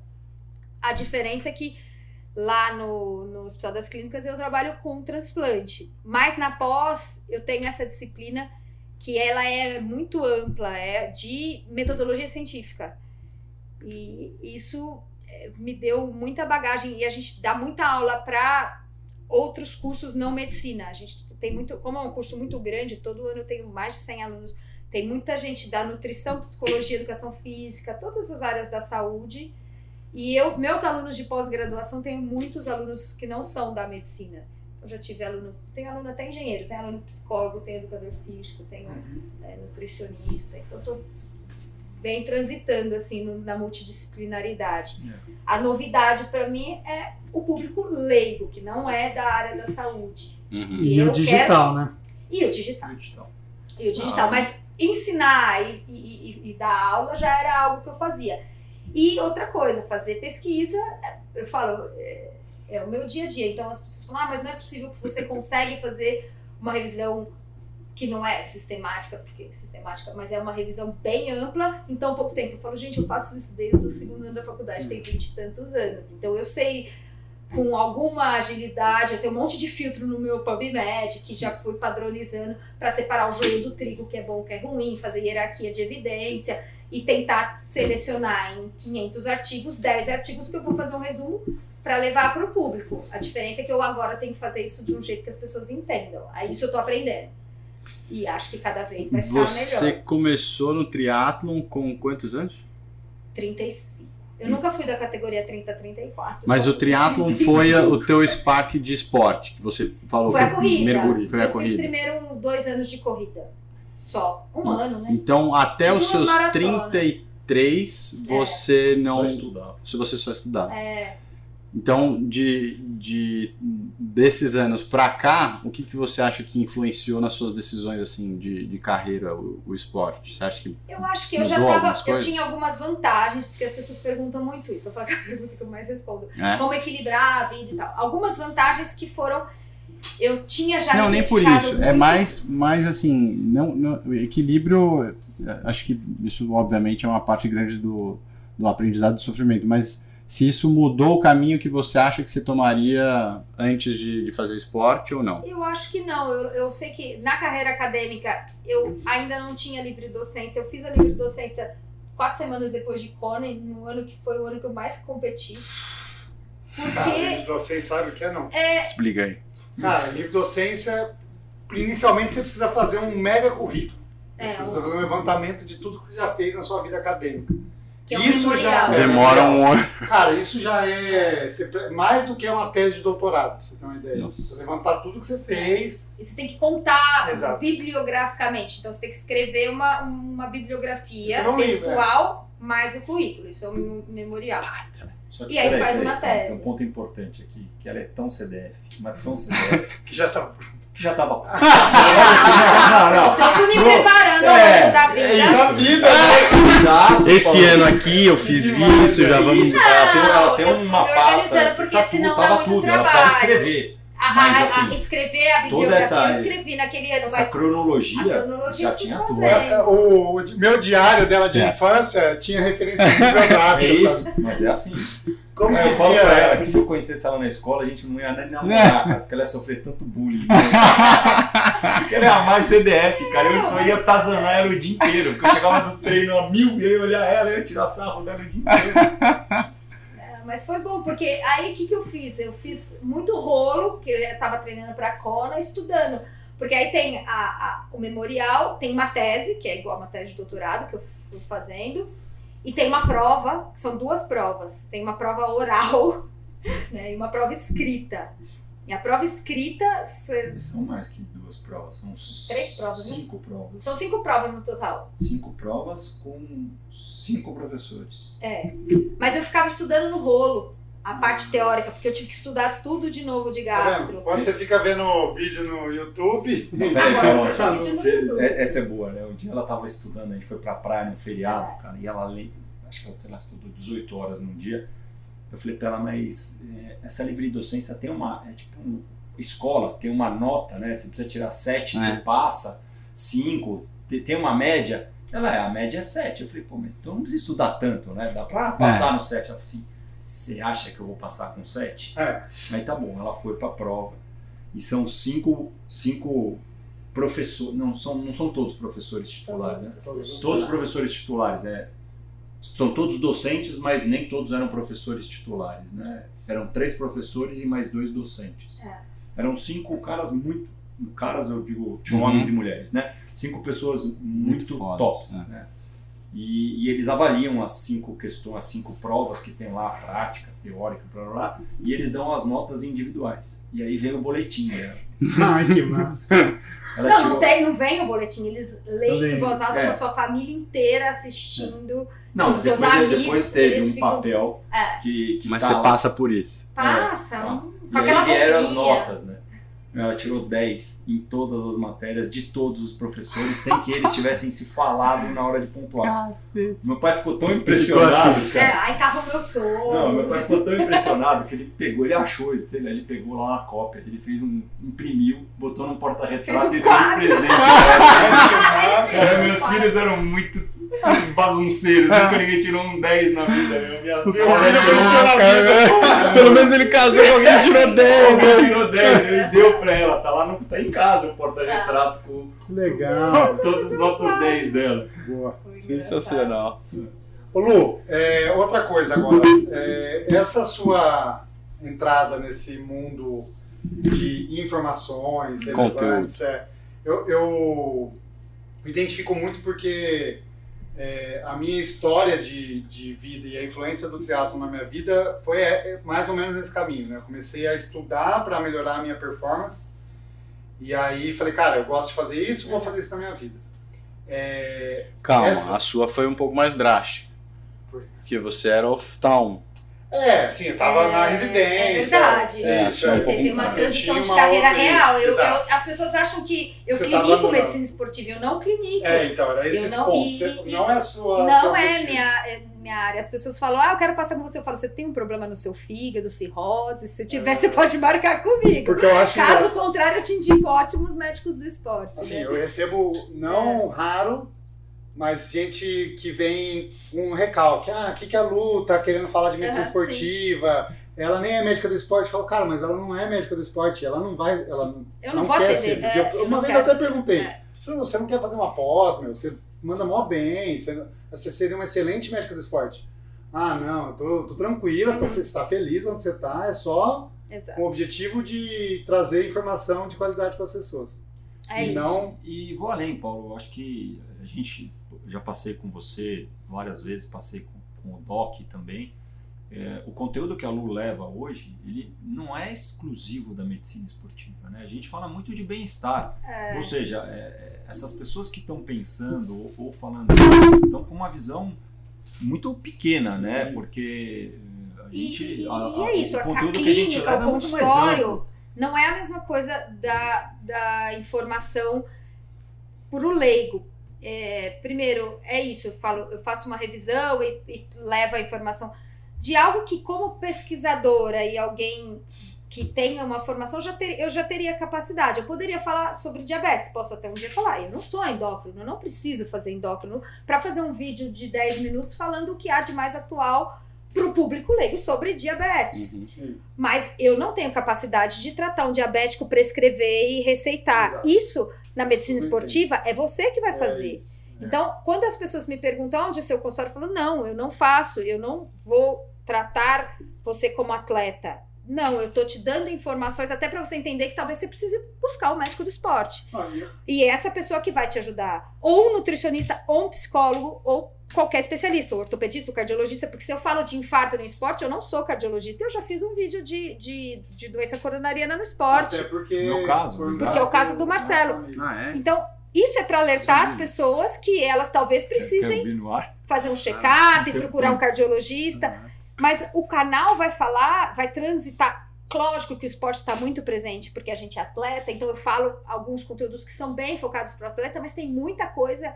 S3: A diferença é que lá no, no Hospital das Clínicas eu trabalho com transplante, mas na pós eu tenho essa disciplina que ela é muito ampla, é de metodologia científica. E isso eh, me deu muita bagagem e a gente dá muita aula para outros cursos não medicina. A gente tem muito, como é um curso muito grande, todo ano eu tenho mais de 100 alunos tem muita gente da nutrição, psicologia, educação física, todas as áreas da saúde. E eu, meus alunos de pós-graduação, tenho muitos alunos que não são da medicina. Eu já tive aluno, tem aluno até engenheiro, tem aluno psicólogo, tem educador físico, tem é, nutricionista. Então tô bem transitando assim no- na multidisciplinaridade.
S2: É.
S3: A novidade para mim é o público leigo, que não é da área da saúde.
S1: Uhum.
S4: E
S3: Eu
S4: o digital, né?
S3: E o digital.
S2: Digital.
S3: E o digital,
S2: Ah.
S3: mas ensinar e, e- e- e dar aula já era algo que eu fazia. E outra coisa, fazer pesquisa, é, eu falo, é, é o meu dia a dia. Então as pessoas falam, ah, mas não é possível que você consegue fazer uma revisão que não é sistemática, porque é sistemática, mas é uma revisão bem ampla em tão pouco tempo. Eu falo, gente, eu faço isso desde o segundo ano da faculdade, tem 20 e tantos anos. Então eu sei com alguma agilidade, eu tenho um monte de filtro no meu PubMed, que já fui padronizando para separar o joio do trigo, que é bom, que é ruim, fazer hierarquia de evidência e tentar selecionar em 500 artigos, 10 artigos que eu vou fazer um resumo para levar para o público. A diferença é que eu agora tenho que fazer isso de um jeito que as pessoas entendam. Aí isso eu tô aprendendo. E acho que cada vez vai ficar
S1: Você
S3: melhor.
S1: começou no triatlon com quantos anos?
S3: 35. Eu nunca fui da categoria 30 34.
S1: Mas
S3: Só
S1: o triatlon foi a- o teu spark de esporte, que você falou.
S3: foi a
S1: que
S3: corrida.
S1: mergulho, foi a
S3: eu fiz
S1: corrida.
S3: primeiro um, dois anos de corrida. Só. Um
S1: Hum.
S3: ano, né?
S1: Então, até
S3: Fiz
S1: os
S3: umas
S1: seus
S3: maratonas.
S1: 33, você não...
S2: Só estudar.
S1: Se você só estudar.
S3: É,
S1: Então, de, de desses anos pra cá, o que, que você acha que influenciou nas suas decisões assim de, de carreira o, o esporte? Você acha que
S3: Eu acho que eu já
S1: Mudou
S3: tava.
S1: algumas
S3: Eu
S1: coisas?
S3: tinha algumas vantagens, porque as pessoas perguntam muito isso. Eu falo que é a pergunta que eu mais respondo.
S1: é?
S3: Como equilibrar a vida e tal. Algumas vantagens que foram. Eu tinha já.
S1: não
S3: me
S1: nem por
S3: dedicado
S1: isso.
S3: muito.
S1: É mais, mais assim, não, não- equilíbrio. eh, Acho que isso obviamente é uma parte grande do, do aprendizado do sofrimento, mas se isso mudou o caminho que você acha que você tomaria antes de, de fazer esporte ou não?
S3: Eu acho que não. Eu, eu sei que na carreira acadêmica eu ainda não tinha livre docência. Eu fiz a livre docência quatro semanas depois de Conan, no ano que foi o ano que eu mais competi.
S4: Cara,
S3: Porque
S4: livre docência sabe o que é, não.
S1: Explica aí.
S4: Cara, livre docência, inicialmente você precisa fazer um mega currículo. Você
S3: É,
S4: precisa
S3: um-
S4: fazer um levantamento de tudo que você já fez na sua vida acadêmica.
S3: Que é um
S4: isso já
S3: memorial.
S4: é,
S1: Demora um ano.
S4: Cara, isso já é você pre- mais do que uma tese de doutorado, pra você ter uma ideia.
S1: Nossa.
S4: Você precisa levantar tudo que você fez.
S3: você tem que contar
S4: Exato.
S3: bibliograficamente. Então você tem que escrever uma, uma bibliografia
S4: Escrever um livro,
S3: textual mais o currículo. Isso é um mem- memorial.
S2: Só
S3: E aí faz uma
S2: tem- Tem um
S3: tese.
S2: ponto importante aqui, que ela é tão CDF, mas tão CDF,
S4: Que já tá.
S2: que já tava bom. não, não, não.
S3: Então eu fui me
S2: Pro-
S3: preparando ao
S2: é,
S3: longo da
S2: é
S3: vida.
S2: isso.
S4: vida!
S2: né? Exato,
S1: Esse
S2: Paulo.
S1: ano aqui eu fiz
S4: Demais,
S1: isso, já
S2: É
S1: vamos.
S2: isso, cara, ela tem, ela tem
S3: eu fui
S2: uma
S3: me
S2: pasta
S3: organizando,
S2: que
S3: porque
S2: tá tudo,
S3: senão dá
S2: tava
S3: muito
S2: tudo, ela precisava
S3: trabalho.
S2: escrever.
S3: A- a-
S2: Mas,
S3: a-
S2: assim,
S3: escrever a
S2: toda
S3: bibliografia
S2: essa-
S3: eu escrevi naquele ano,
S2: Essa
S3: mas a
S2: cronologia,
S3: cronologia
S2: já
S3: eu fui
S2: tinha tudo.
S3: fazer.
S4: É, O, o di- meu diário dela de
S1: Certo.
S4: infância tinha referência
S2: é
S4: bibliográfica. sabe?
S2: isso, mas é assim.
S4: Como
S2: eu falo
S4: dizia.
S2: pra ela que se eu conhecesse ela na escola, a gente não ia nem namorar, cara, porque ela ia sofrer tanto bullying. né? porque ela ia amar de CDF, cara. Eu só ia tazanar ela o dia inteiro. Porque eu chegava do treino a mil e eu ia olhar ela, eu ia tirar sarro dela o dia inteiro.
S3: Mas foi bom, porque aí o que, que eu fiz? Eu fiz muito rolo, que eu tava treinando pra Kona, estudando. Porque aí tem a, a- o memorial, tem uma tese, que é igual uma tese de doutorado, que eu fui fazendo. E tem uma prova, que são duas provas. Tem uma prova oral né, e uma prova escrita. E a prova escrita, cê-
S2: São mais que duas provas, são
S3: Três provas, né?
S2: cinco provas.
S3: são cinco provas no total.
S2: Cinco provas com cinco professores.
S3: É. Mas eu ficava estudando no rolo, a parte teórica, porque eu tive que estudar tudo de novo de
S4: Tá vendo?
S3: gastro.
S4: Quando você fica vendo vídeo no YouTube,
S2: Não, peraí,
S3: Agora,
S2: Carol,
S3: de
S2: você-
S3: novo.
S2: é- essa é boa, né? Um dia ela tava estudando, a gente foi pra praia no feriado, cara, e ela lê, acho que ela, sei lá, estudou 18 horas num dia. Eu falei pra ela, mas é, essa livre docência tem uma, é tipo um- escola, tem uma nota, né? Você precisa tirar 7,
S1: É.
S2: você passa, 5, te- tem uma média. Ela é, a média é 7. Eu falei, pô, mas então não precisa estudar tanto, né? Dá pra passar no 7. Ela falou assim, você acha que eu vou passar com 7?
S4: é,
S2: Aí tá bom, ela foi pra prova. E são cinco, cinco professores. Não são, não são todos professores titulares, né?
S4: todos.
S2: Todos professores titulares, é. São todos docentes, mas nem todos eram professores titulares, né? Eram três professores e mais dois docentes.
S3: É.
S2: Eram cinco caras muito. Caras, eu digo, tinham
S1: Uhum.
S2: homens e mulheres, né? Cinco pessoas muito,
S1: Muito fodas,
S2: tops,
S1: é.
S2: né? E, e eles avaliam as cinco questões, as cinco provas que tem lá, prática, teórica, blá blá blá, e eles dão as notas individuais. E aí vem o boletim dela.
S4: Ai, que massa.
S2: Ela
S3: Não,
S2: tirou-
S3: não tem, não vem o boletim. Eles
S4: Eu
S3: leem
S4: lembro.
S3: em voz alta
S2: É.
S3: com a sua família inteira assistindo.
S2: Não,
S3: Os seus
S2: depois,
S3: amigos,
S2: depois teve
S3: eles
S2: um
S3: ficam-
S2: papel
S3: É.
S2: que, que
S1: Mas
S2: tá
S1: você
S2: lá.
S1: passa por isso.
S3: Passa.
S2: passa.
S3: Com
S2: E aí
S3: aquela
S2: vieram as
S3: roupinha.
S2: notas, né? Ela tirou 10 em todas as matérias de todos os professores, sem que eles tivessem se falado na hora de pontuar. Meu pai ficou tão impressionado,
S1: assim,
S3: É,
S2: cara.
S3: aí tava o meu sono.
S2: Não, meu pai ficou tão impressionado que ele pegou, ele achou, ele, sei lá, ele pegou lá uma cópia, ele fez um, imprimiu, botou num
S3: Fez
S2: porta-retrato
S3: um
S2: e deu de
S3: quadro.
S2: presente. Cara,
S4: né?
S3: Esse
S2: É, meus
S3: quadro.
S2: filhos eram muito bagunceiros, nunca ninguém tirou um 10 na vida. Meu, minha,
S4: Meu
S2: minha-
S4: filho cresceu na
S1: Pelo menos ele casou com alguém que tirou 10.
S2: Ela tirou 10, ele deu pra ela, tá lá no, tá em casa o porta-retrato com
S4: Que legal.
S2: todas as notas 10 dela.
S4: Boa.
S3: Foi né? Tá.
S1: Sensacional.
S4: Ô, Lu, é, outra coisa agora. É, essa sua entrada nesse mundo de informações,
S1: Conteúdo.
S4: relevantes, é, eu, eu me identifico muito porque é, a minha história de, de vida e a influência do triatlo na minha vida foi é, é, mais ou menos nesse caminho. Né? Eu comecei a estudar para melhorar a minha performance e aí falei, cara, eu gosto de fazer isso, vou fazer isso na minha vida. É,
S1: Calma,
S4: Essa-
S1: a sua foi um pouco mais drástica.
S4: Por quê?
S1: Porque você era oftalmo.
S4: É, sim, eu tava na
S3: É,
S4: residência.
S3: É verdade.
S2: É,
S4: Isso,
S2: é um
S4: é.
S2: pouco-
S3: Teve uma
S2: Eu
S3: transição
S4: tinha
S3: de
S4: uma
S3: carreira
S4: outra-
S3: real. Eu-
S4: Exato.
S3: eu- as pessoas acham que eu
S4: Você tava
S3: clinico
S4: no-
S3: medicina esportiva, eu não clinico.
S4: É, então, era esses
S3: Eu não-
S4: pontos.
S3: e-
S4: Você-
S3: e-
S4: não é a sua.
S3: Não
S4: seu
S3: é
S4: objetivo.
S3: minha, é minha área. As pessoas falam, ah, eu quero passar com você. Eu falo, você tem um problema no seu fígado, cirrose? Se
S4: É.
S3: tiver, você pode marcar comigo.
S4: Porque eu acho engraçado.
S3: Caso contrário, eu te indico ótimos médicos do esporte.
S4: Assim,
S3: né?
S4: eu recebo, não
S3: É.
S4: raro, mas gente que vem com um recalque. Ah, o que, que a Lu tá querendo falar de medicina
S3: Aham,
S4: esportiva? Ela nem é médica do esporte. Eu falo, cara, mas ela não é médica do esporte. Ela não vai... Ela não,
S3: Eu não,
S4: não
S3: vou
S4: quer
S3: atender.
S4: ser,
S3: é,
S4: porque eu- uma
S3: não
S4: vez
S3: quero
S4: eu até
S3: ser.
S4: perguntei.
S3: É.
S4: Eu falei, você não quer fazer uma pós, meu? Você manda mó bem. Você, você seria uma excelente médica do esporte. Ah, não, eu tô, tô tranquila, tô, fe- você tá feliz onde você tá. É só
S3: Exato.
S4: com o objetivo de trazer informação de qualidade para as pessoas.
S3: É
S4: E
S3: isso.
S4: não
S2: Então, E vou além, Paulo. Eu acho que a gente já passei com você várias vezes, passei com, com o Doc também. É, o conteúdo que a Lu leva hoje, ele não é exclusivo da medicina esportiva, né? A gente fala muito de bem-estar.
S3: É.
S2: Ou seja, é, é, essas pessoas que estão pensando ou, ou falando isso, estão com uma visão muito pequena,
S4: Sim.
S2: né? Porque é, a
S3: E-
S2: gente...
S3: e,
S2: a- a-
S3: e é isso, a,
S2: o conteúdo que a gente
S3: clínica,
S2: leva é
S3: o
S2: muito mais amplo.
S3: consultório, não é a mesma coisa da, da informação por o leigo. É, primeiro, é isso, eu, falo, eu faço uma revisão e, e levo a informação de algo que, como pesquisadora e alguém que tenha uma formação, já ter- eu já teria capacidade. Eu poderia falar sobre diabetes, posso até um dia falar. Eu não sou endócrino, eu não preciso fazer endócrino para fazer um vídeo de 10 minutos falando o que há de mais atual para o público leigo sobre diabetes.
S1: Uhum.
S4: Sim.
S3: Mas eu não tenho capacidade de tratar um diabético, prescrever e receitar.
S4: Exato.
S3: Isso na medicina
S4: Super
S3: esportiva é você que vai
S4: É
S3: fazer.
S4: isso.
S3: Então, quando as pessoas me perguntam onde é seu consultório, eu falo, não, eu não faço, eu não vou tratar você como atleta. Não, eu tô te dando informações até para você entender que talvez você precise buscar o médico do esporte.
S4: Ah, e eu-
S3: E é essa pessoa que vai te ajudar. Ou um nutricionista, ou um psicólogo, ou qualquer especialista, ou ortopedista, ou cardiologista, porque se eu falo de infarto no esporte, eu não sou cardiologista, eu já fiz um vídeo de, de, de doença coronariana no esporte.
S4: Até porque.
S2: No meu caso,
S4: foi um
S2: exato.
S3: Porque é o caso do Marcelo.
S1: Ah, é?
S3: Então, isso é para alertar as
S2: Sim.
S3: pessoas que elas
S4: É,
S3: talvez
S2: Quer
S3: precisem
S2: ouvir no ar?
S3: fazer um check-up,
S2: Tem um
S3: procurar um cardiologista, mas o canal vai falar, vai transitar. Lógico que o esporte está muito presente, porque a gente é atleta, então eu falo alguns conteúdos que são bem focados para o atleta, mas tem muita coisa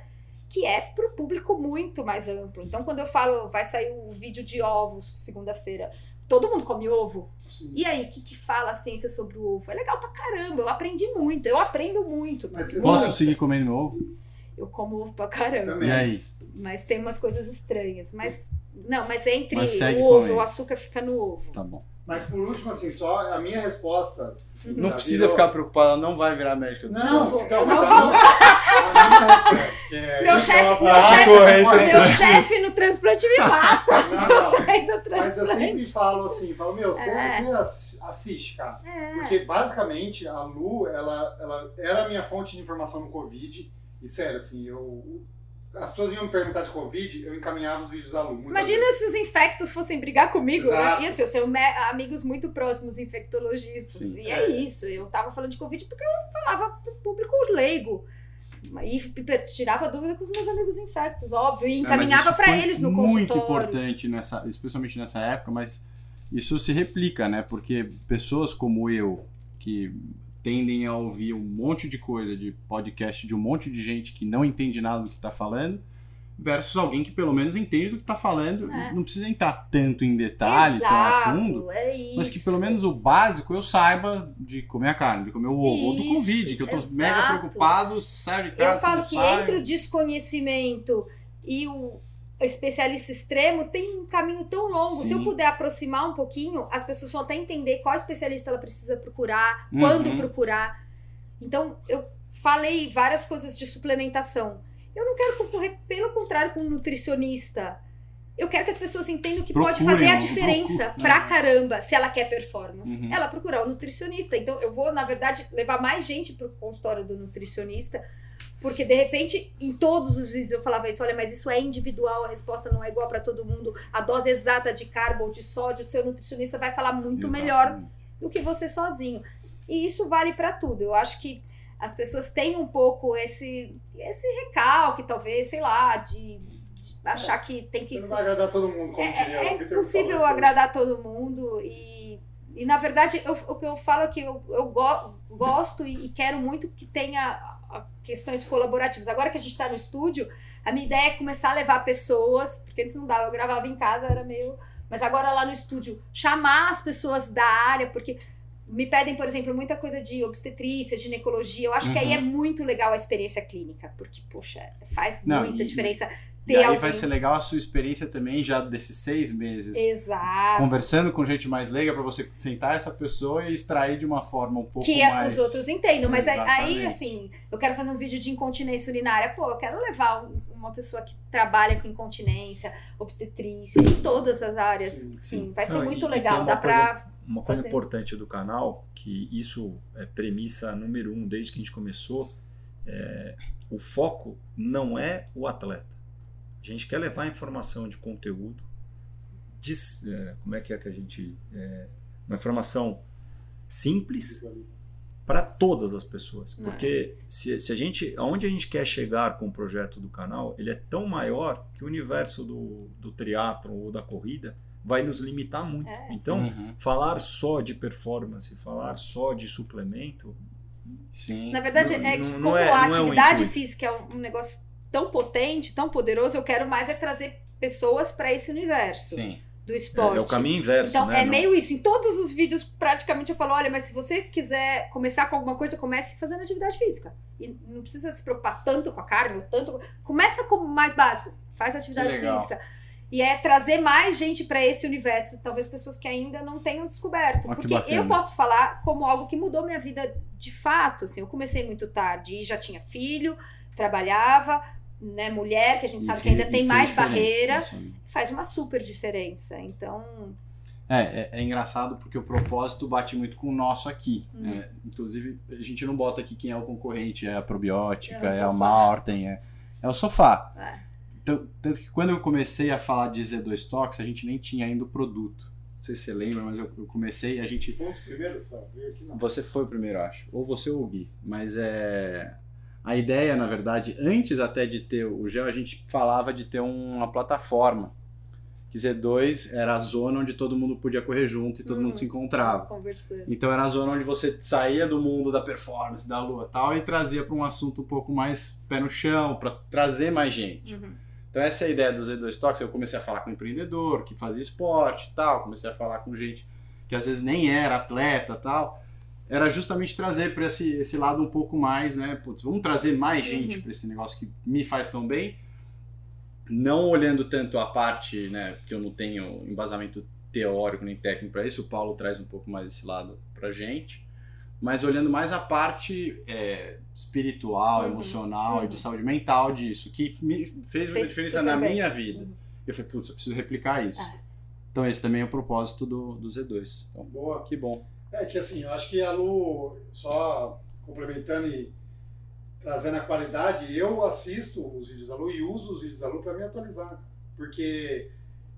S3: que é para o público muito mais amplo. Então, quando eu falo, vai sair o vídeo de ovos segunda-feira, todo mundo come ovo.
S4: Sim.
S3: E aí, o que, que fala a ciência sobre o ovo? É legal pra caramba, eu aprendi muito, eu aprendo muito.
S4: Mas você
S1: Posso
S4: sabe-
S1: seguir comendo ovo?
S3: Eu como ovo pra caramba.
S4: Também.
S1: E aí?
S3: Mas tem umas coisas estranhas. Mas não, mas é entre
S1: Mas segue
S3: o ovo,
S1: comendo.
S3: o açúcar fica no ovo.
S1: Tá bom.
S4: Mas por último, assim, só a minha resposta. assim,
S1: Não
S4: já
S1: precisa
S4: virou-
S1: ficar preocupada, ela não vai virar médica do
S4: Não,
S1: esporte.
S4: então, mas a minha, a minha resposta. que é-
S3: Meu
S4: isso é
S3: chefe-
S4: uma
S3: meu
S4: parada-
S3: chefe-
S1: Concorrência.
S3: Meu chefe no transplante me mata se eu
S4: Não, não.
S3: sair do
S4: Mas eu
S3: transplante.
S4: sempre falo assim, falo, meu, você
S3: É.
S4: você ass- assiste, cara.
S3: É.
S4: Porque basicamente a Lu, ela, ela era a minha fonte de informação no Covid. E sério, assim, eu. As pessoas vinham me perguntar de Covid, eu encaminhava os vídeos da Lu. muitas
S3: Imagina se os infectos fossem brigar comigo, né?
S4: Exato.
S3: E assim, eu tenho me- amigos muito próximos infectologistas.
S1: Sim.
S3: E é. isso. Eu tava falando de Covid porque eu falava pro público leigo. E p- tirava dúvida com os meus amigos infectos, óbvio. E
S1: É, mas
S3: encaminhava
S1: isso
S3: pra
S1: foi
S3: eles no
S1: muito
S3: consultório.
S1: importante nessa, especialmente nessa época, mas isso se replica, né? Porque pessoas como eu que tendem a ouvir um monte de coisa de podcast de um monte de gente que não entende nada do que está falando, versus alguém que pelo menos entende do que está falando,
S3: É.
S1: não precisa entrar tanto em detalhe, tão a tá, fundo,
S3: é isso.
S1: mas que pelo menos o básico eu saiba de comer a carne, de comer o ovo, ou do
S3: Isso,
S1: Covid, que eu tô
S3: exato.
S1: mega preocupado, saio de
S3: Eu
S1: casa, se
S3: falo
S1: não
S3: que
S1: saio.
S3: entre o desconhecimento e o especialista extremo tem um caminho tão longo. Se eu
S1: Sim.
S3: puder aproximar um pouquinho, as pessoas vão até entender qual especialista ela precisa procurar, quando
S1: Uhum.
S3: procurar. Então, eu falei várias coisas de suplementação. Eu não quero concorrer, pelo contrário, com um nutricionista. Eu quero que as pessoas entendam que pode
S1: Procurem,
S3: fazer a
S1: não,
S3: diferença
S1: procurem.
S3: pra caramba se ela quer performance.
S1: né? Uhum.
S3: Ela procurar o nutricionista. Então, eu vou, na verdade, levar mais gente pro consultório do nutricionista, porque de repente, em todos os vídeos eu falava isso: olha, mas isso é individual, a resposta não é igual pra todo mundo. A dose exata de carbo ou de sódio, o seu nutricionista vai falar muito
S1: Exatamente.
S3: melhor do que você sozinho. E isso vale para tudo. Eu acho que as pessoas têm um pouco esse, esse recalque, talvez, sei lá, de, achar que tem que
S4: Você não
S3: ser.
S4: vai agradar todo mundo, como diria
S3: É, é
S4: o Vitor assim,
S3: impossível
S4: Gonçalves.
S3: agradar todo mundo e, e na verdade eu- o que eu falo é que eu, eu go- gosto e, e quero muito que tenha a- questões colaborativas. Agora que a gente está no estúdio, a minha ideia é começar a levar pessoas, porque antes não dava, eu gravava em casa, era meio... Mas agora lá no estúdio, chamar as pessoas da área, porque me pedem, por exemplo, muita coisa de obstetrícia, ginecologia. Eu acho que aí
S1: Uhum.
S3: é muito legal a experiência clínica, porque, poxa, faz
S1: Não,
S3: muita
S1: e-
S3: diferença ter
S1: E aí
S3: alguém...
S1: vai ser legal a sua experiência também já desses seis meses.
S3: Exato.
S1: Conversando com gente mais leiga pra você sentar essa pessoa e extrair de uma forma um pouco
S3: que é-
S1: mais.
S3: os outros entendam. Mas aí- aí,
S1: Exatamente.
S3: assim, eu quero fazer um vídeo de incontinência urinária. Pô, eu quero levar um- uma pessoa que trabalha com incontinência, obstetrícia, em todas as áreas. Sim,
S4: Sim,
S3: vai ser
S2: Não,
S3: muito
S2: e- e tem
S3: legal.
S2: uma
S3: Dá pra.
S2: Uma coisa
S3: Fazer.
S2: importante do canal, que isso é premissa número um desde que a gente começou, é, o foco não é o atleta. A gente quer levar informação de conteúdo, dis- é, como é que é que a gente. é, uma informação simples para todas as pessoas.
S3: É.
S2: Porque se, se a gente, aonde a gente quer chegar com o projeto do canal, ele é tão maior que o universo do, do triatlo ou da corrida vai nos limitar muito.
S3: É.
S2: Então,
S1: Uhum.
S2: falar só de performance, falar só de suplemento,
S1: Sim.
S3: Na verdade,
S2: Não-
S3: é que
S2: não- não
S3: como
S2: é-
S3: a
S2: não é um
S3: atividade
S2: intuito.
S3: física é um, um negócio tão potente, tão poderoso, eu quero mais é trazer pessoas pra esse universo
S1: Sim.
S3: do
S2: é,
S3: esporte.
S2: é o caminho inverso,
S3: Então,
S2: né?
S3: é
S2: Não-
S3: meio isso. Em todos os vídeos, praticamente, eu falo: olha, mas se você quiser começar com alguma coisa, comece fazendo atividade física. E não precisa se preocupar tanto com a carne, ou tanto. com- Começa com o mais básico, faz atividade
S1: Que legal.
S3: física. E é trazer mais gente pra esse universo, talvez pessoas que ainda não tenham descoberto.
S1: Ah, que
S3: porque
S1: bacana.
S3: eu posso falar como algo que mudou minha vida de fato. Assim, eu comecei muito tarde e já tinha filho, trabalhava, né, mulher, que a gente sabe que ainda tem mais barreira, faz uma super diferença. Então,
S1: É, é, é engraçado porque o propósito bate muito com o nosso aqui.
S3: Hum.
S1: né? Inclusive, a gente não bota aqui quem é o concorrente, é a probiótica,
S3: É o
S1: é, a
S3: sofá.
S1: Morten, é, é o sofá.
S3: É.
S1: Tan- Tanto que quando eu comecei a falar de Z2 Tox, a gente nem tinha ainda o produto. Não sei se você lembra, mas eu eu comecei e a gente
S4: Um dos primeiros só, veio aqui não.
S1: Você foi o primeiro, eu acho. Ou você ou o Gui. Mas é. A ideia, na verdade, antes até de ter o gel, a gente falava de ter uma plataforma. Que Z2 era a zona onde todo mundo podia correr junto e todo
S3: Hum.
S1: mundo se encontrava.
S3: conversando.
S1: Então era a zona onde você saía do mundo da performance, da lua e tal, e trazia para um assunto um pouco mais pé no chão, para trazer mais gente. Então essa é a ideia do Z2 Talks, eu comecei a falar com empreendedor, que fazia esporte e tal, comecei a falar com gente que às vezes nem era atleta e tal, era justamente trazer para esse, esse lado um pouco mais, né, putz, vamos trazer mais gente
S3: Uhum.
S1: para esse negócio que me faz tão bem, não olhando tanto a parte, né, porque eu não tenho embasamento teórico nem técnico para isso, o Paulo traz um pouco mais esse lado pra gente, mas olhando mais a parte é, espiritual,
S3: Uhum.
S1: emocional e
S3: Uhum.
S1: de saúde mental disso, que me fez uma
S3: Fez
S1: diferença
S3: super
S1: na
S3: bem.
S1: minha vida.
S3: Uhum.
S1: Eu falei, putz, eu preciso replicar isso.
S3: Ah.
S1: Então esse também é o propósito do, do Z2. Então,
S4: Boa.
S1: que bom.
S4: É que assim, eu acho que a Lu, só complementando e trazendo a qualidade, eu assisto os vídeos da Lu e uso os vídeos da Lu para me atualizar. Porque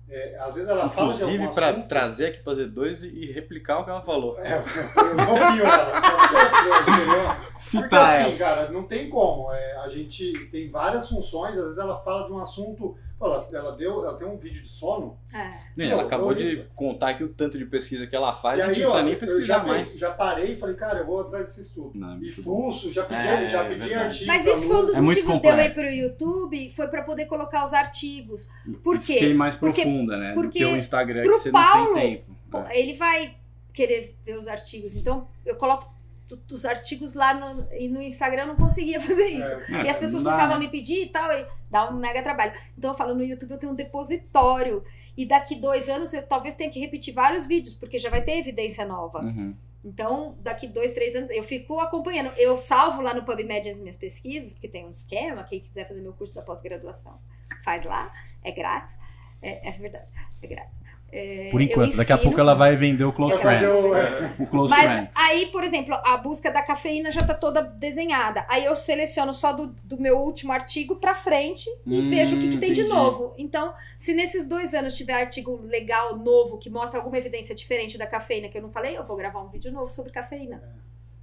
S4: é, às vezes ela fala de algum
S1: Inclusive para
S4: assunto-
S1: trazer aqui para Z2 e, e replicar o que ela falou.
S4: É, eu copio ela. pode ser, entendeu? Porque
S1: Citar
S4: assim, cara, não tem como. É, a gente tem várias funções, às vezes ela fala de um assunto. pô, Ela, ela deu, ela tem um vídeo de sono.
S3: É.
S1: ela. Ela
S4: Não,
S1: acabou
S4: eu-
S1: de contar aqui o tanto de pesquisa que ela faz,
S4: e
S1: a gente
S4: aí,
S1: não
S4: ó,
S1: precisa nem
S4: eu já,
S1: pesquisar
S4: pe-
S1: mais.
S4: já parei e falei, cara, eu vou atrás desse estudo.
S1: Não, é
S4: E
S1: muito bom.
S4: fuço, já pedi,
S1: É,
S4: já
S1: é
S4: pedi
S1: verdade.
S4: artigo.
S3: Mas isso foi um dos
S1: É muito
S3: motivos de eu ir
S1: completo.
S3: pro YouTube, foi pra poder colocar os artigos. Por quê?
S1: Ser mais
S3: Porque-
S1: profunda, né?
S3: porque
S1: do que o Instagram que
S3: pro
S1: você
S3: Paulo-
S1: não tem tempo.
S3: Bom,
S1: né?
S3: Ele vai querer ver os artigos, então eu coloco t- os artigos lá no, e no Instagram eu não conseguia fazer isso. E as pessoas
S1: Não dá,
S3: começavam a
S1: né?
S3: me pedir e tal, e dá um mega trabalho. Então eu falo, no YouTube eu tenho um depositório. E daqui dois anos eu talvez tenha que repetir vários vídeos, porque já vai ter evidência nova.
S1: Uhum.
S3: Então, daqui dois, três anos, eu fico acompanhando. Eu salvo lá no PubMed as minhas pesquisas, porque tem um esquema. Quem quiser fazer meu curso da pós-graduação, faz lá. É grátis. É, essa é verdade, é grátis. É, eu ensino,
S1: vai vender o
S4: Pra fazer o- é,
S1: O Close
S3: Mas aí, por exemplo, a busca da cafeína já tá toda desenhada. Aí eu seleciono só do, do meu último artigo pra frente e
S1: Hum,
S3: vejo o que, que tem de
S1: entendi.
S3: novo. Então, se nesses dois anos tiver artigo legal, novo, que mostra alguma evidência diferente da cafeína que eu não falei, eu vou gravar um vídeo novo sobre cafeína.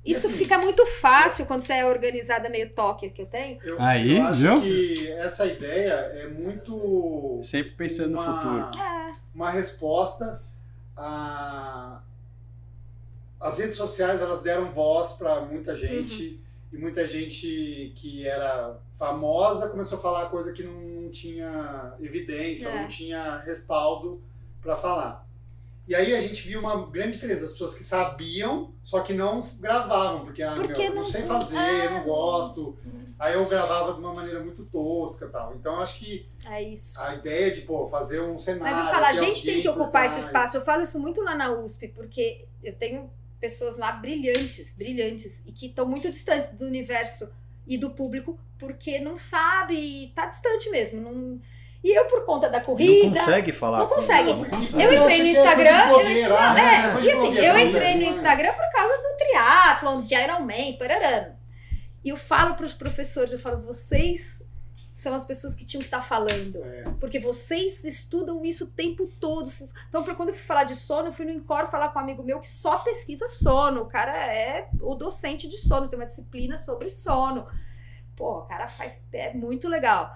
S3: Isso
S2: assim,
S3: fica muito fácil quando você é organizada meio toque que eu tenho.
S4: Eu,
S1: Aí,
S4: eu acho
S1: viu?
S4: que essa ideia é muito
S1: Sempre pensando no
S4: uma-
S1: futuro.
S3: É,
S4: uma resposta a as redes sociais elas deram voz para muita gente e
S3: Uhum.
S4: muita gente que era famosa começou a falar coisa que não, não tinha evidência,
S3: É.
S4: não tinha respaldo para falar. E aí a gente viu uma grande diferença das pessoas que sabiam, só que não gravavam, porque ah,
S3: Porque
S4: meu, eu não
S3: não-
S4: sei fazer,
S3: é. Uhum.
S4: eu não gosto. Aí eu gravava de uma maneira muito tosca, e tal. Então acho que
S3: é isso.
S4: a ideia de, pô, fazer um cenário.
S3: Mas eu falo, a
S4: ter
S3: gente tem
S4: alguém
S3: que
S4: por
S3: ocupar esse
S4: trás.
S3: espaço. Eu falo isso muito lá na USP, porque eu tenho pessoas lá brilhantes, brilhantes, e que estão muito distantes do universo e do público, porque não sabe, e tá distante mesmo. não- E eu, por conta da corrida.
S2: Não consegue falar.
S3: Não
S2: com-
S3: consegue.
S2: não consegue.
S3: Eu entrei no
S4: tipo
S3: Instagram, eu-
S4: Não,
S3: É, e assim, eu
S4: né?
S3: entrei no Instagram por causa do triatlon, de Ironman, pararano. E eu falo pros professores, eu falo, vocês são as pessoas que tinham que estar falando.
S4: É.
S3: Porque vocês estudam isso o tempo todo. Vocês- Então, pra quando eu fui falar de sono, eu fui no Incor falar com um amigo meu que só pesquisa sono. O cara é o docente de sono, tem uma disciplina sobre sono. Pô, o cara faz... é muito legal.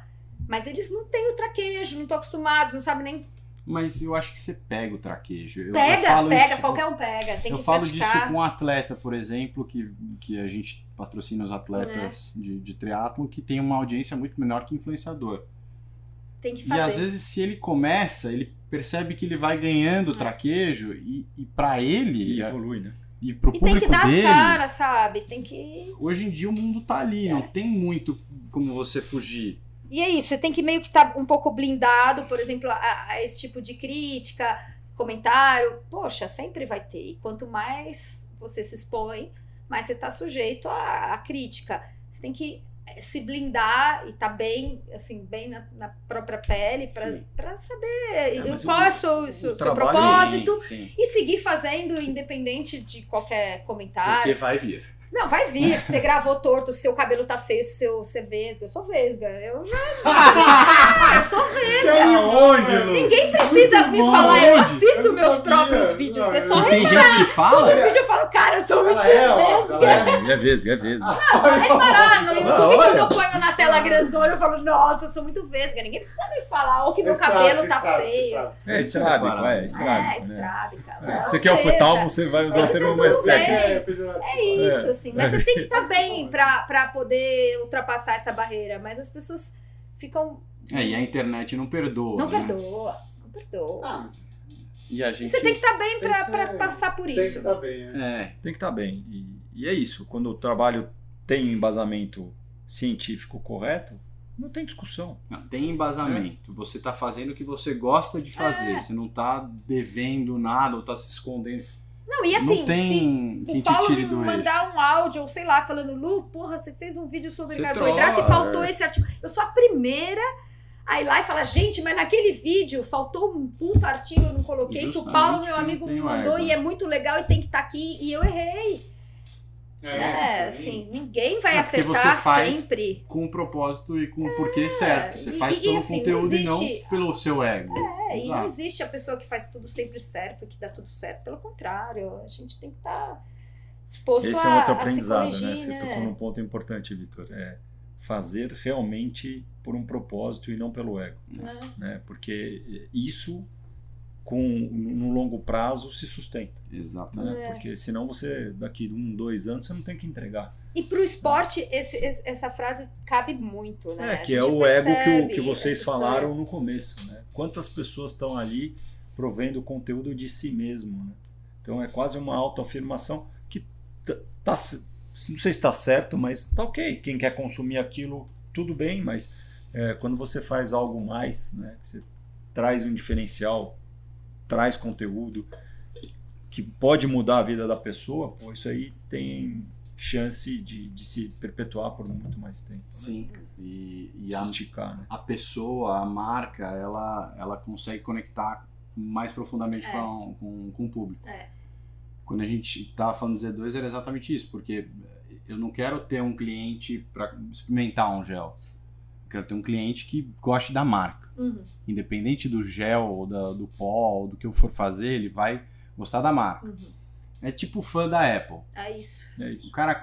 S3: Mas eles não têm o traquejo, não estão acostumados, não sabem nem...
S1: Mas eu acho que você pega o traquejo. Eu- eu
S3: Pega,
S1: falo
S3: pega,
S1: isso-
S3: qualquer um pega. Tem
S1: eu
S3: que
S1: falo
S3: praticar.
S1: disso com um atleta, por exemplo, que, que a gente patrocina os atletas
S3: É.
S1: de, de triatlon, que tem uma audiência muito menor que influenciador.
S3: Tem que
S1: E às
S3: fazer.
S1: vezes, se ele começa, ele percebe que ele vai
S3: É.
S1: ganhando traquejo e, e para
S2: E
S1: ele
S2: evolui, né?
S1: e pro
S3: E tem que
S1: público
S3: dar
S1: dele,
S3: as caras, É. sabe? Tem que.
S1: hoje em dia o mundo tá ali, não tem muito como você fugir.
S3: E é isso, você tem que meio que estar um pouco blindado, por exemplo, a, a esse tipo de crítica, comentário. Poxa, sempre vai ter. E quanto mais você se expõe, mais você está sujeito à, à crítica. Você tem que eh, se blindar e tá bem, assim, bem na, na própria pele
S1: Sim.
S3: para saber
S2: mas
S3: qual
S2: o-
S3: é o seu, seu- seu
S2: trabalho-
S3: propósito
S1: Sim, sim.
S3: e seguir fazendo independente de qualquer comentário.
S1: Porque vai vir.
S3: Não, vai vir. Se Você gravou torto, seu cabelo tá feio, seu, você é vesga. Eu sou vesga. Eu já. Ah, eu sou vesga.
S2: Aonde, Lu?
S3: Ninguém precisa
S4: Muito
S3: me
S4: bom,
S3: falar. Eu
S1: onde?
S3: assisto
S4: Eu não
S3: meus
S4: sabia.
S3: próprios vídeos. Você só.
S1: E tem gente que fala.
S3: No vídeo eu falo, cara, eu sou muito
S4: Ela é, ó.
S3: vesga.
S4: ela é-
S2: É vez, é vez.
S3: Só reparar no
S2: Ah,
S3: YouTube quando
S2: olha.
S3: eu ponho na tela grandona, eu falo, nossa, eu sou muito vesga. Ninguém precisa me falar. Ou que meu
S4: Estrada,
S3: cabelo tá
S4: estrada,
S3: feio.
S4: estrada.
S2: É estrábico, é
S3: É,
S2: estrábico. né?
S3: estrábica.
S2: É,
S3: Ou
S2: Você quer o
S3: seja,
S2: futalmo, você vai usar o termo mais
S3: tudo bem.
S2: técnico.
S4: É, pejorativo.
S3: É isso, assim. Mas você tem que estar bem pra, pra poder ultrapassar essa barreira. Mas as pessoas ficam.
S1: É, e a internet não perdoa.
S3: Não
S1: né?
S3: perdoa. Não perdoa.
S4: Ah, mas
S1: E a
S3: E
S1: gente.
S3: você tem que estar
S4: tem
S3: bem pra,
S4: que ser-
S3: pra passar por
S4: tem que
S3: isso.
S4: saber. né?
S1: É,
S2: Tem que estar bem. E, e é isso. Quando o trabalho tem um embasamento científico correto, não tem discussão.
S1: não, tem embasamento. Você tá fazendo o que você gosta de
S3: É.
S1: fazer. Você não tá devendo nada ou tá se escondendo.
S3: Não, e assim,
S1: não tem
S3: se
S1: quem te
S3: o Paulo
S1: tire
S3: me
S1: do
S3: mandar um áudio, ou sei lá, falando, Lu, porra, você fez um vídeo sobre
S1: Você é.
S3: carboidrato
S1: troca,
S3: e faltou esse artigo. Eu sou a primeira a ir lá e falar, gente, mas naquele vídeo faltou um puto artigo, eu não coloquei, que o
S1: Justamente
S3: Paulo, meu
S1: porque
S3: amigo,
S1: não tem um
S3: mandou
S1: égua.
S3: e é muito legal e tem que estar aqui. E eu errei. É, assim, ninguém vai
S1: É porque
S3: acertar
S1: você faz
S3: sempre.
S1: eixo com o propósito e com o porquê certo. Você
S3: É, e-
S1: faz
S3: e
S1: pelo
S3: assim, não
S1: conteúdo e
S3: existe-
S1: não pelo seu ego.
S3: É, e não
S1: Exato.
S3: existe a pessoa que faz tudo sempre certo, que dá tudo certo. Pelo contrário, a gente tem que estar disposto
S2: Esse
S3: a,
S2: é um outro
S3: a se
S2: aprendizado,
S3: corrigir,
S2: né? Você tocou num ponto importante, Vitor. É fazer realmente por um propósito e não pelo ego.
S3: né?
S2: né? Porque isso, com, no longo prazo, se sustenta.
S1: Exatamente.
S2: Né?
S3: É.
S2: Porque senão você, daqui um, dois anos, você não tem que entregar.
S3: E pro esporte, esse- esse- essa frase cabe muito,
S2: É,
S3: né? A
S2: que é
S3: gente
S2: o ego que, o-
S3: percebe
S2: que vocês
S3: essa história.
S2: falaram no começo, né? Quantas pessoas estão ali provendo conteúdo de si mesmo, né? Então é quase uma autoafirmação que tá, tá c- não sei se está certo, mas tá ok. Quem quer consumir aquilo, tudo bem, mas é, quando você faz algo mais, né? que Você traz um diferencial, traz conteúdo que pode mudar a vida da pessoa, pô, isso aí tem chance de, de se perpetuar por muito mais tempo. né?
S1: Sim. E, e a,
S2: se esticar, né?
S1: a pessoa, a marca, ela, ela consegue conectar mais profundamente
S3: É.
S1: com, com, com o público.
S3: É.
S1: Quando a gente estava falando do Z2, era exatamente isso, porque eu não quero ter um cliente para experimentar um gel. Eu quero ter um cliente que goste da marca.
S3: Uhum,
S1: Independente do gel, ou da- do pó, ou do que eu for fazer, ele vai gostar da marca.
S3: uhum.
S1: É tipo fã da Apple.
S3: É isso.
S2: É
S1: O
S2: isso.
S1: cara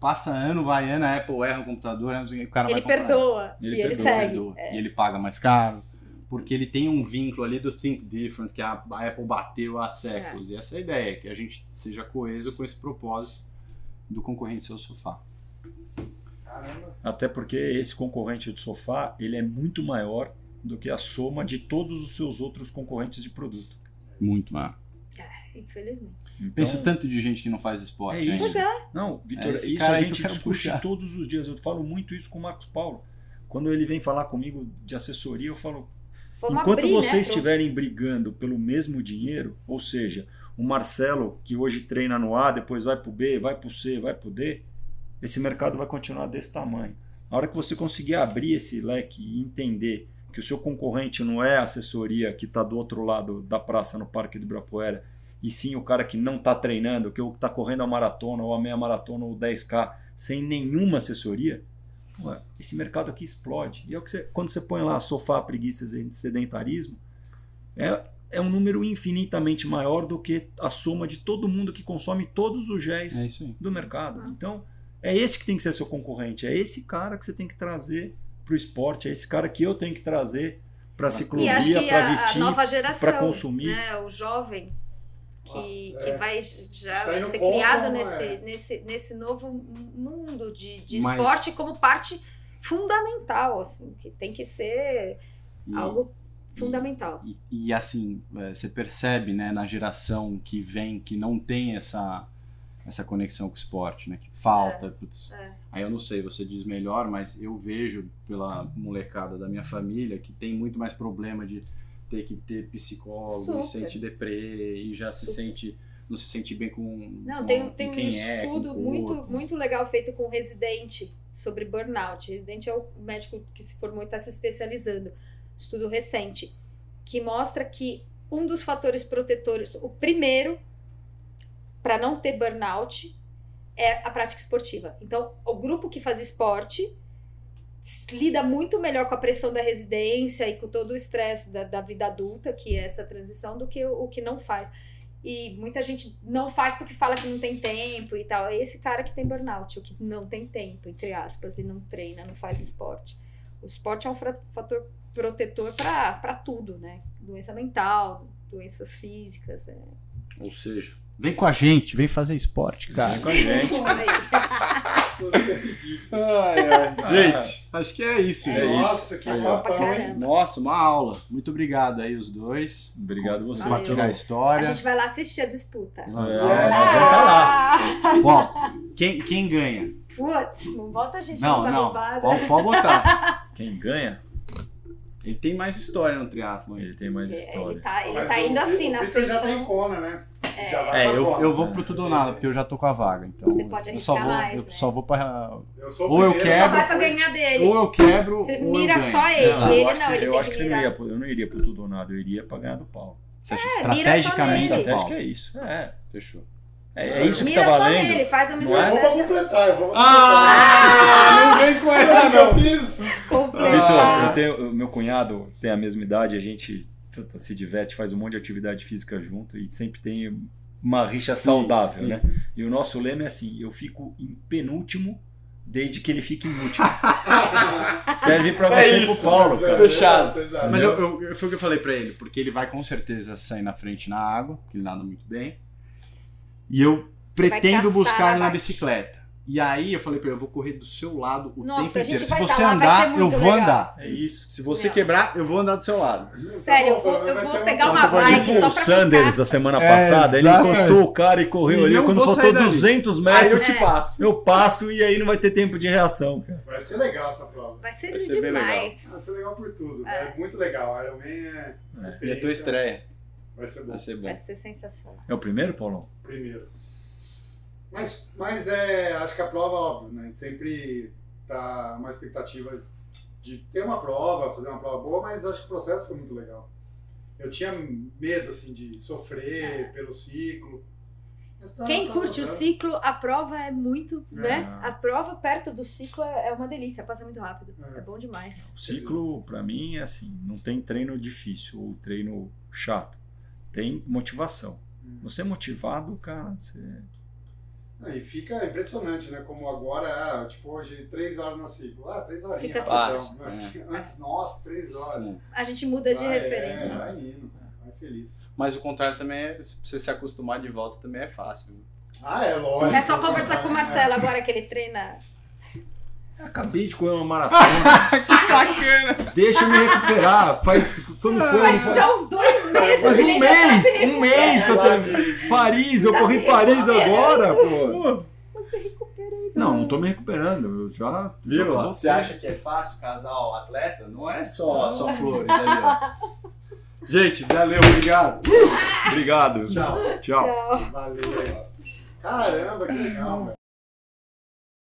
S1: passa ano, vai ano, a Apple erra o computador, erra, não sei o quê, o cara
S3: Ele
S1: vai comprar.
S3: perdoa
S2: Ele
S3: e ele
S2: perdoa,
S3: segue.
S1: Perdoa. E ele paga mais caro. Porque ele tem um vínculo ali do Think Different que a a Apple bateu há séculos. E essa é a ideia, que a gente seja coeso com esse propósito do concorrente seu sofá.
S4: Caramba.
S2: Até porque esse concorrente de sofá, ele é muito maior do que a soma de todos os seus outros concorrentes de produto.
S1: Muito maior.
S3: Infelizmente.
S2: Então,
S1: Pensa o tanto de gente que não faz esporte
S2: É isso.
S1: ainda.
S3: Pois é,
S2: Não,
S1: É
S2: Vitor,
S1: esse
S2: isso
S1: cara
S2: a
S1: aí que
S2: gente
S1: eu quero
S2: discute
S1: puxar.
S2: todos os dias. Eu falo muito isso com o Marcos Paulo. Quando ele vem falar comigo de assessoria, eu falo,
S3: foi uma
S2: Enquanto
S3: briga,
S2: vocês
S3: né, pro-
S2: estiverem brigando pelo mesmo dinheiro, ou seja, o Marcelo que hoje treina no A, depois vai pro B, vai pro C, vai pro D, esse mercado vai continuar desse tamanho. A hora que você conseguir abrir esse leque e entender que o seu concorrente não é a assessoria que está do outro lado da praça no Parque do Ibirapuera, e sim o cara que não está treinando, que está correndo a maratona ou a meia maratona ou 10K sem nenhuma assessoria, pô, esse mercado aqui explode. E é o que você, quando você põe lá sofá, preguiças e sedentarismo, é, é um número infinitamente maior do que a soma de todo mundo que consome todos os géis
S1: É isso aí.
S2: do mercado.
S3: Uhum.
S2: Então, é esse que tem que ser seu concorrente, é esse cara que você tem que trazer para o esporte, é esse cara que eu tenho que trazer para a
S3: E acho
S2: ciclovia,
S3: que
S2: para
S3: a, a
S2: vestir,
S3: nova geração,
S2: para consumir.
S3: né, o jovem que,
S4: Nossa,
S3: que
S4: é.
S3: vai já
S4: Está
S3: vai
S4: indo
S3: ser
S4: contra é?
S3: criado
S4: uma-
S3: nesse, nesse, nesse novo mundo de, de
S1: Mas-
S3: esporte como parte fundamental, assim, que tem que ser
S1: E-
S3: algo fundamental.
S1: E, e, assim, é, você percebe, né, na geração que vem, que não tem essa, essa conexão com o esporte, né? Que falta. putz.
S3: é.
S1: Aí eu não sei, você diz melhor, mas eu vejo pela molecada da minha família que tem muito mais problema de ter que ter psicólogo, e
S3: Super.
S1: sente deprê, e já se
S3: Super.
S1: sente. Não se sente bem com.
S3: Não,
S1: com
S3: tem,
S1: com
S3: tem um
S1: quem é, com
S3: estudo
S1: o
S3: muito,
S1: corpo.
S3: muito legal feito com o residente sobre burnout. Residente é o médico que se formou e está se especializando. Estudo recente, que mostra que um dos fatores protetores, o primeiro, para não ter burnout, é a prática esportiva. Então, o grupo que faz esporte s- lida muito melhor com a pressão da residência e com todo o estresse da, da vida adulta, que é essa transição, do que o, o que não faz. E muita gente não faz porque fala que não tem tempo e tal. É esse cara que tem burnout, o que não tem tempo, entre aspas, e não treina, não faz esporte. O esporte é um fra- fator protetor para tudo, né? Doença mental, doenças físicas. É.
S1: Ou seja, vem com a gente, vem fazer esporte, cara.
S2: Vem com a gente.
S3: Isso aí.
S4: Você-
S1: Gente, acho que é isso,
S2: É
S1: né?
S4: Nossa, que
S1: Aí, ó.
S4: papão, hein?
S3: Caramba.
S1: Nossa, uma aula. Muito obrigado aí, os dois.
S2: Obrigado vocês
S1: Compartilhar
S2: pelo-
S1: a
S3: A
S1: história.
S3: gente vai lá assistir a disputa.
S1: É, nós
S2: É,
S1: vamos-
S2: nós vamos tá lá.
S1: Bom, quem, quem ganha?
S3: Putz, não bota a gente tá
S1: Não,
S3: nessa
S1: não.
S3: roubada.
S1: Pode, pode botar.
S2: Quem ganha,
S1: Ele tem mais história no triatlo.
S2: ele tem mais
S3: É,
S2: história.
S3: Ele tá, ele
S4: Mas
S3: tá
S4: o-
S3: indo assim na
S4: O Victor já tem
S3: seleção.
S4: cona, né? Já vai
S1: É,
S4: pra
S1: eu,
S4: cona.
S1: eu vou pro tudo ou nada, porque eu já tô com a vaga. Então
S3: Você pode
S1: eu só
S3: arriscar
S1: vou,
S3: mais,
S1: eu
S3: né?
S1: só vou pra.
S4: Eu sou o
S1: Ou eu
S4: primeiro,
S1: quero-
S3: Só
S1: É,
S3: vai pra
S4: foi-
S3: ganhar dele.
S1: Ou eu quebro.
S3: Você
S1: ou
S3: mira
S1: eu ganho.
S3: só ele.
S2: Não,
S3: ele
S2: eu acho
S3: não,
S2: que,
S3: ele
S2: eu
S3: tem
S2: acho
S3: que
S2: que você não
S3: mirar.
S2: ia, pro- eu não iria pro tudo ou nada, eu iria pra ganhar do Paulo.
S1: Você acha
S3: mira só
S2: A
S3: Sim.
S1: estrategicamente.
S3: nele.
S2: estratégica
S1: Paulo?
S2: é isso. É,
S1: Fechou.
S2: é, é isso que
S3: Mira
S2: tá
S3: só
S2: valendo.
S3: nele, faz uma
S4: Eu
S2: Não é?
S4: vou pra
S3: estratégia
S4: completar, eu vou
S1: Ah! Não vem com essa,
S4: eu
S1: não.
S4: fiz.
S3: completa.
S2: Vitor,
S3: Ah.
S2: eu tenho, o meu cunhado tem a mesma idade, a gente puta, se diverte, faz um monte de atividade física junto e sempre tem uma rixa
S1: Sim,
S2: saudável,
S1: sim.
S2: né? E o nosso lema é assim: eu fico em penúltimo desde que ele fique em último. Serve pra
S1: É
S2: você e
S1: isso,
S2: pro Paulo,
S4: Mas,
S2: cara.
S4: é,
S1: Fechado.
S4: exato, exato.
S1: Mas eu, eu- eu- foi o que eu falei pra ele, porque ele vai com certeza sair na frente na água, que ele nada muito bem. E eu
S3: Você vai
S1: pretendo
S3: caçar
S1: buscar ele
S3: na
S1: na
S3: batida.
S1: bicicleta. E aí eu falei pra ele, eu vou correr do seu lado o
S3: Nossa,
S1: tempo
S3: a gente
S1: inteiro. Se
S3: vai tá
S1: você
S3: lá, vai ser
S1: andar,
S3: muito
S1: eu vou
S3: legal.
S1: andar.
S2: É isso.
S1: Se você
S3: Não.
S1: quebrar, eu vou andar do seu lado.
S3: Sério, eu vou, eu
S4: Vai
S3: vou
S4: ter um
S3: pegar uma
S1: papo pra
S3: bike
S2: Tipo
S3: só
S2: o
S3: pra
S2: Sanders
S3: ficar.
S2: da semana
S1: É,
S2: passada, ele
S1: exatamente.
S2: encostou o cara e correu
S1: E
S2: ali.
S1: não
S2: Quando
S1: vou sair
S2: faltou
S1: dali.
S2: 200
S1: Aí eu
S2: metros,
S1: te
S3: É.
S1: passo.
S2: eu passo e aí não vai ter tempo de reação. cara.
S4: Vai ser legal essa prova.
S3: Vai ser
S1: Vai ser bem
S4: Ah,
S3: demais.
S4: Vai ser legal por tudo.
S3: É.
S4: É, muito legal. Iron Man é. uma
S1: E a
S4: experiência.
S1: tua estreia
S4: Vai ser
S2: Assim,
S4: bom.
S1: vai ser
S3: Vai
S1: bom.
S3: ser sensacional.
S2: É o primeiro, Paulão?
S4: primeiro. Mas, mas é, acho que a prova, óbvio, né? A gente sempre tá uma expectativa de ter uma prova, fazer uma prova boa, mas acho que o processo foi muito legal. Eu tinha medo, assim, de sofrer pelo ciclo. É. Mas tá-
S3: Quem
S4: tá
S3: curte o
S4: rodando.
S3: ciclo, a prova é muito, né?
S2: É.
S3: A prova perto do ciclo é é uma delícia, passa muito rápido.
S4: É.
S3: É bom demais.
S2: O ciclo, pra mim, é assim: não tem treino difícil ou treino chato. Tem motivação.
S4: Hum.
S2: Você é motivado, cara, você...
S4: Ah, E fica impressionante, né? Como agora, ah, tipo, hoje, três horas na ciclo. Ah, três horinhas.
S3: Fica
S4: rapidão,
S1: fácil.
S4: né? Antes, nossa, três horas.
S1: É, Sim.
S3: A gente muda de
S4: Ah, é,
S3: referência.
S4: vai indo, vai feliz.
S1: Mas o contrário também é. Se você se acostumar de volta também é fácil. né?
S4: Ah, é lógico.
S3: É só conversar com o Marcelo agora que ele treina.
S2: Eu Acabei de correr uma maratona.
S1: que sacana!
S2: Ah! Deixa eu me recuperar. Faz quando foi.
S3: Mas já uns dois meses.
S2: Faz
S3: ele
S2: um
S3: ainda
S2: mês,
S3: tá se
S2: um mês que eu
S4: lá
S2: terminei.
S4: de- de-
S2: Paris, eu
S3: Tá
S2: corri
S3: se
S2: Paris
S3: recuperando.
S2: agora, pô.
S3: Você recupera.
S2: Não, não tô me recuperando. Eu já. já
S1: Viu?
S2: tô-
S1: Você acha que é fácil casal atleta? Não é só, só flores aí, ó. Gente, valeu, obrigado. Obrigado.
S4: Tchau.
S2: Tchau.
S3: Tchau.
S4: Valeu. Caramba, que legal, velho.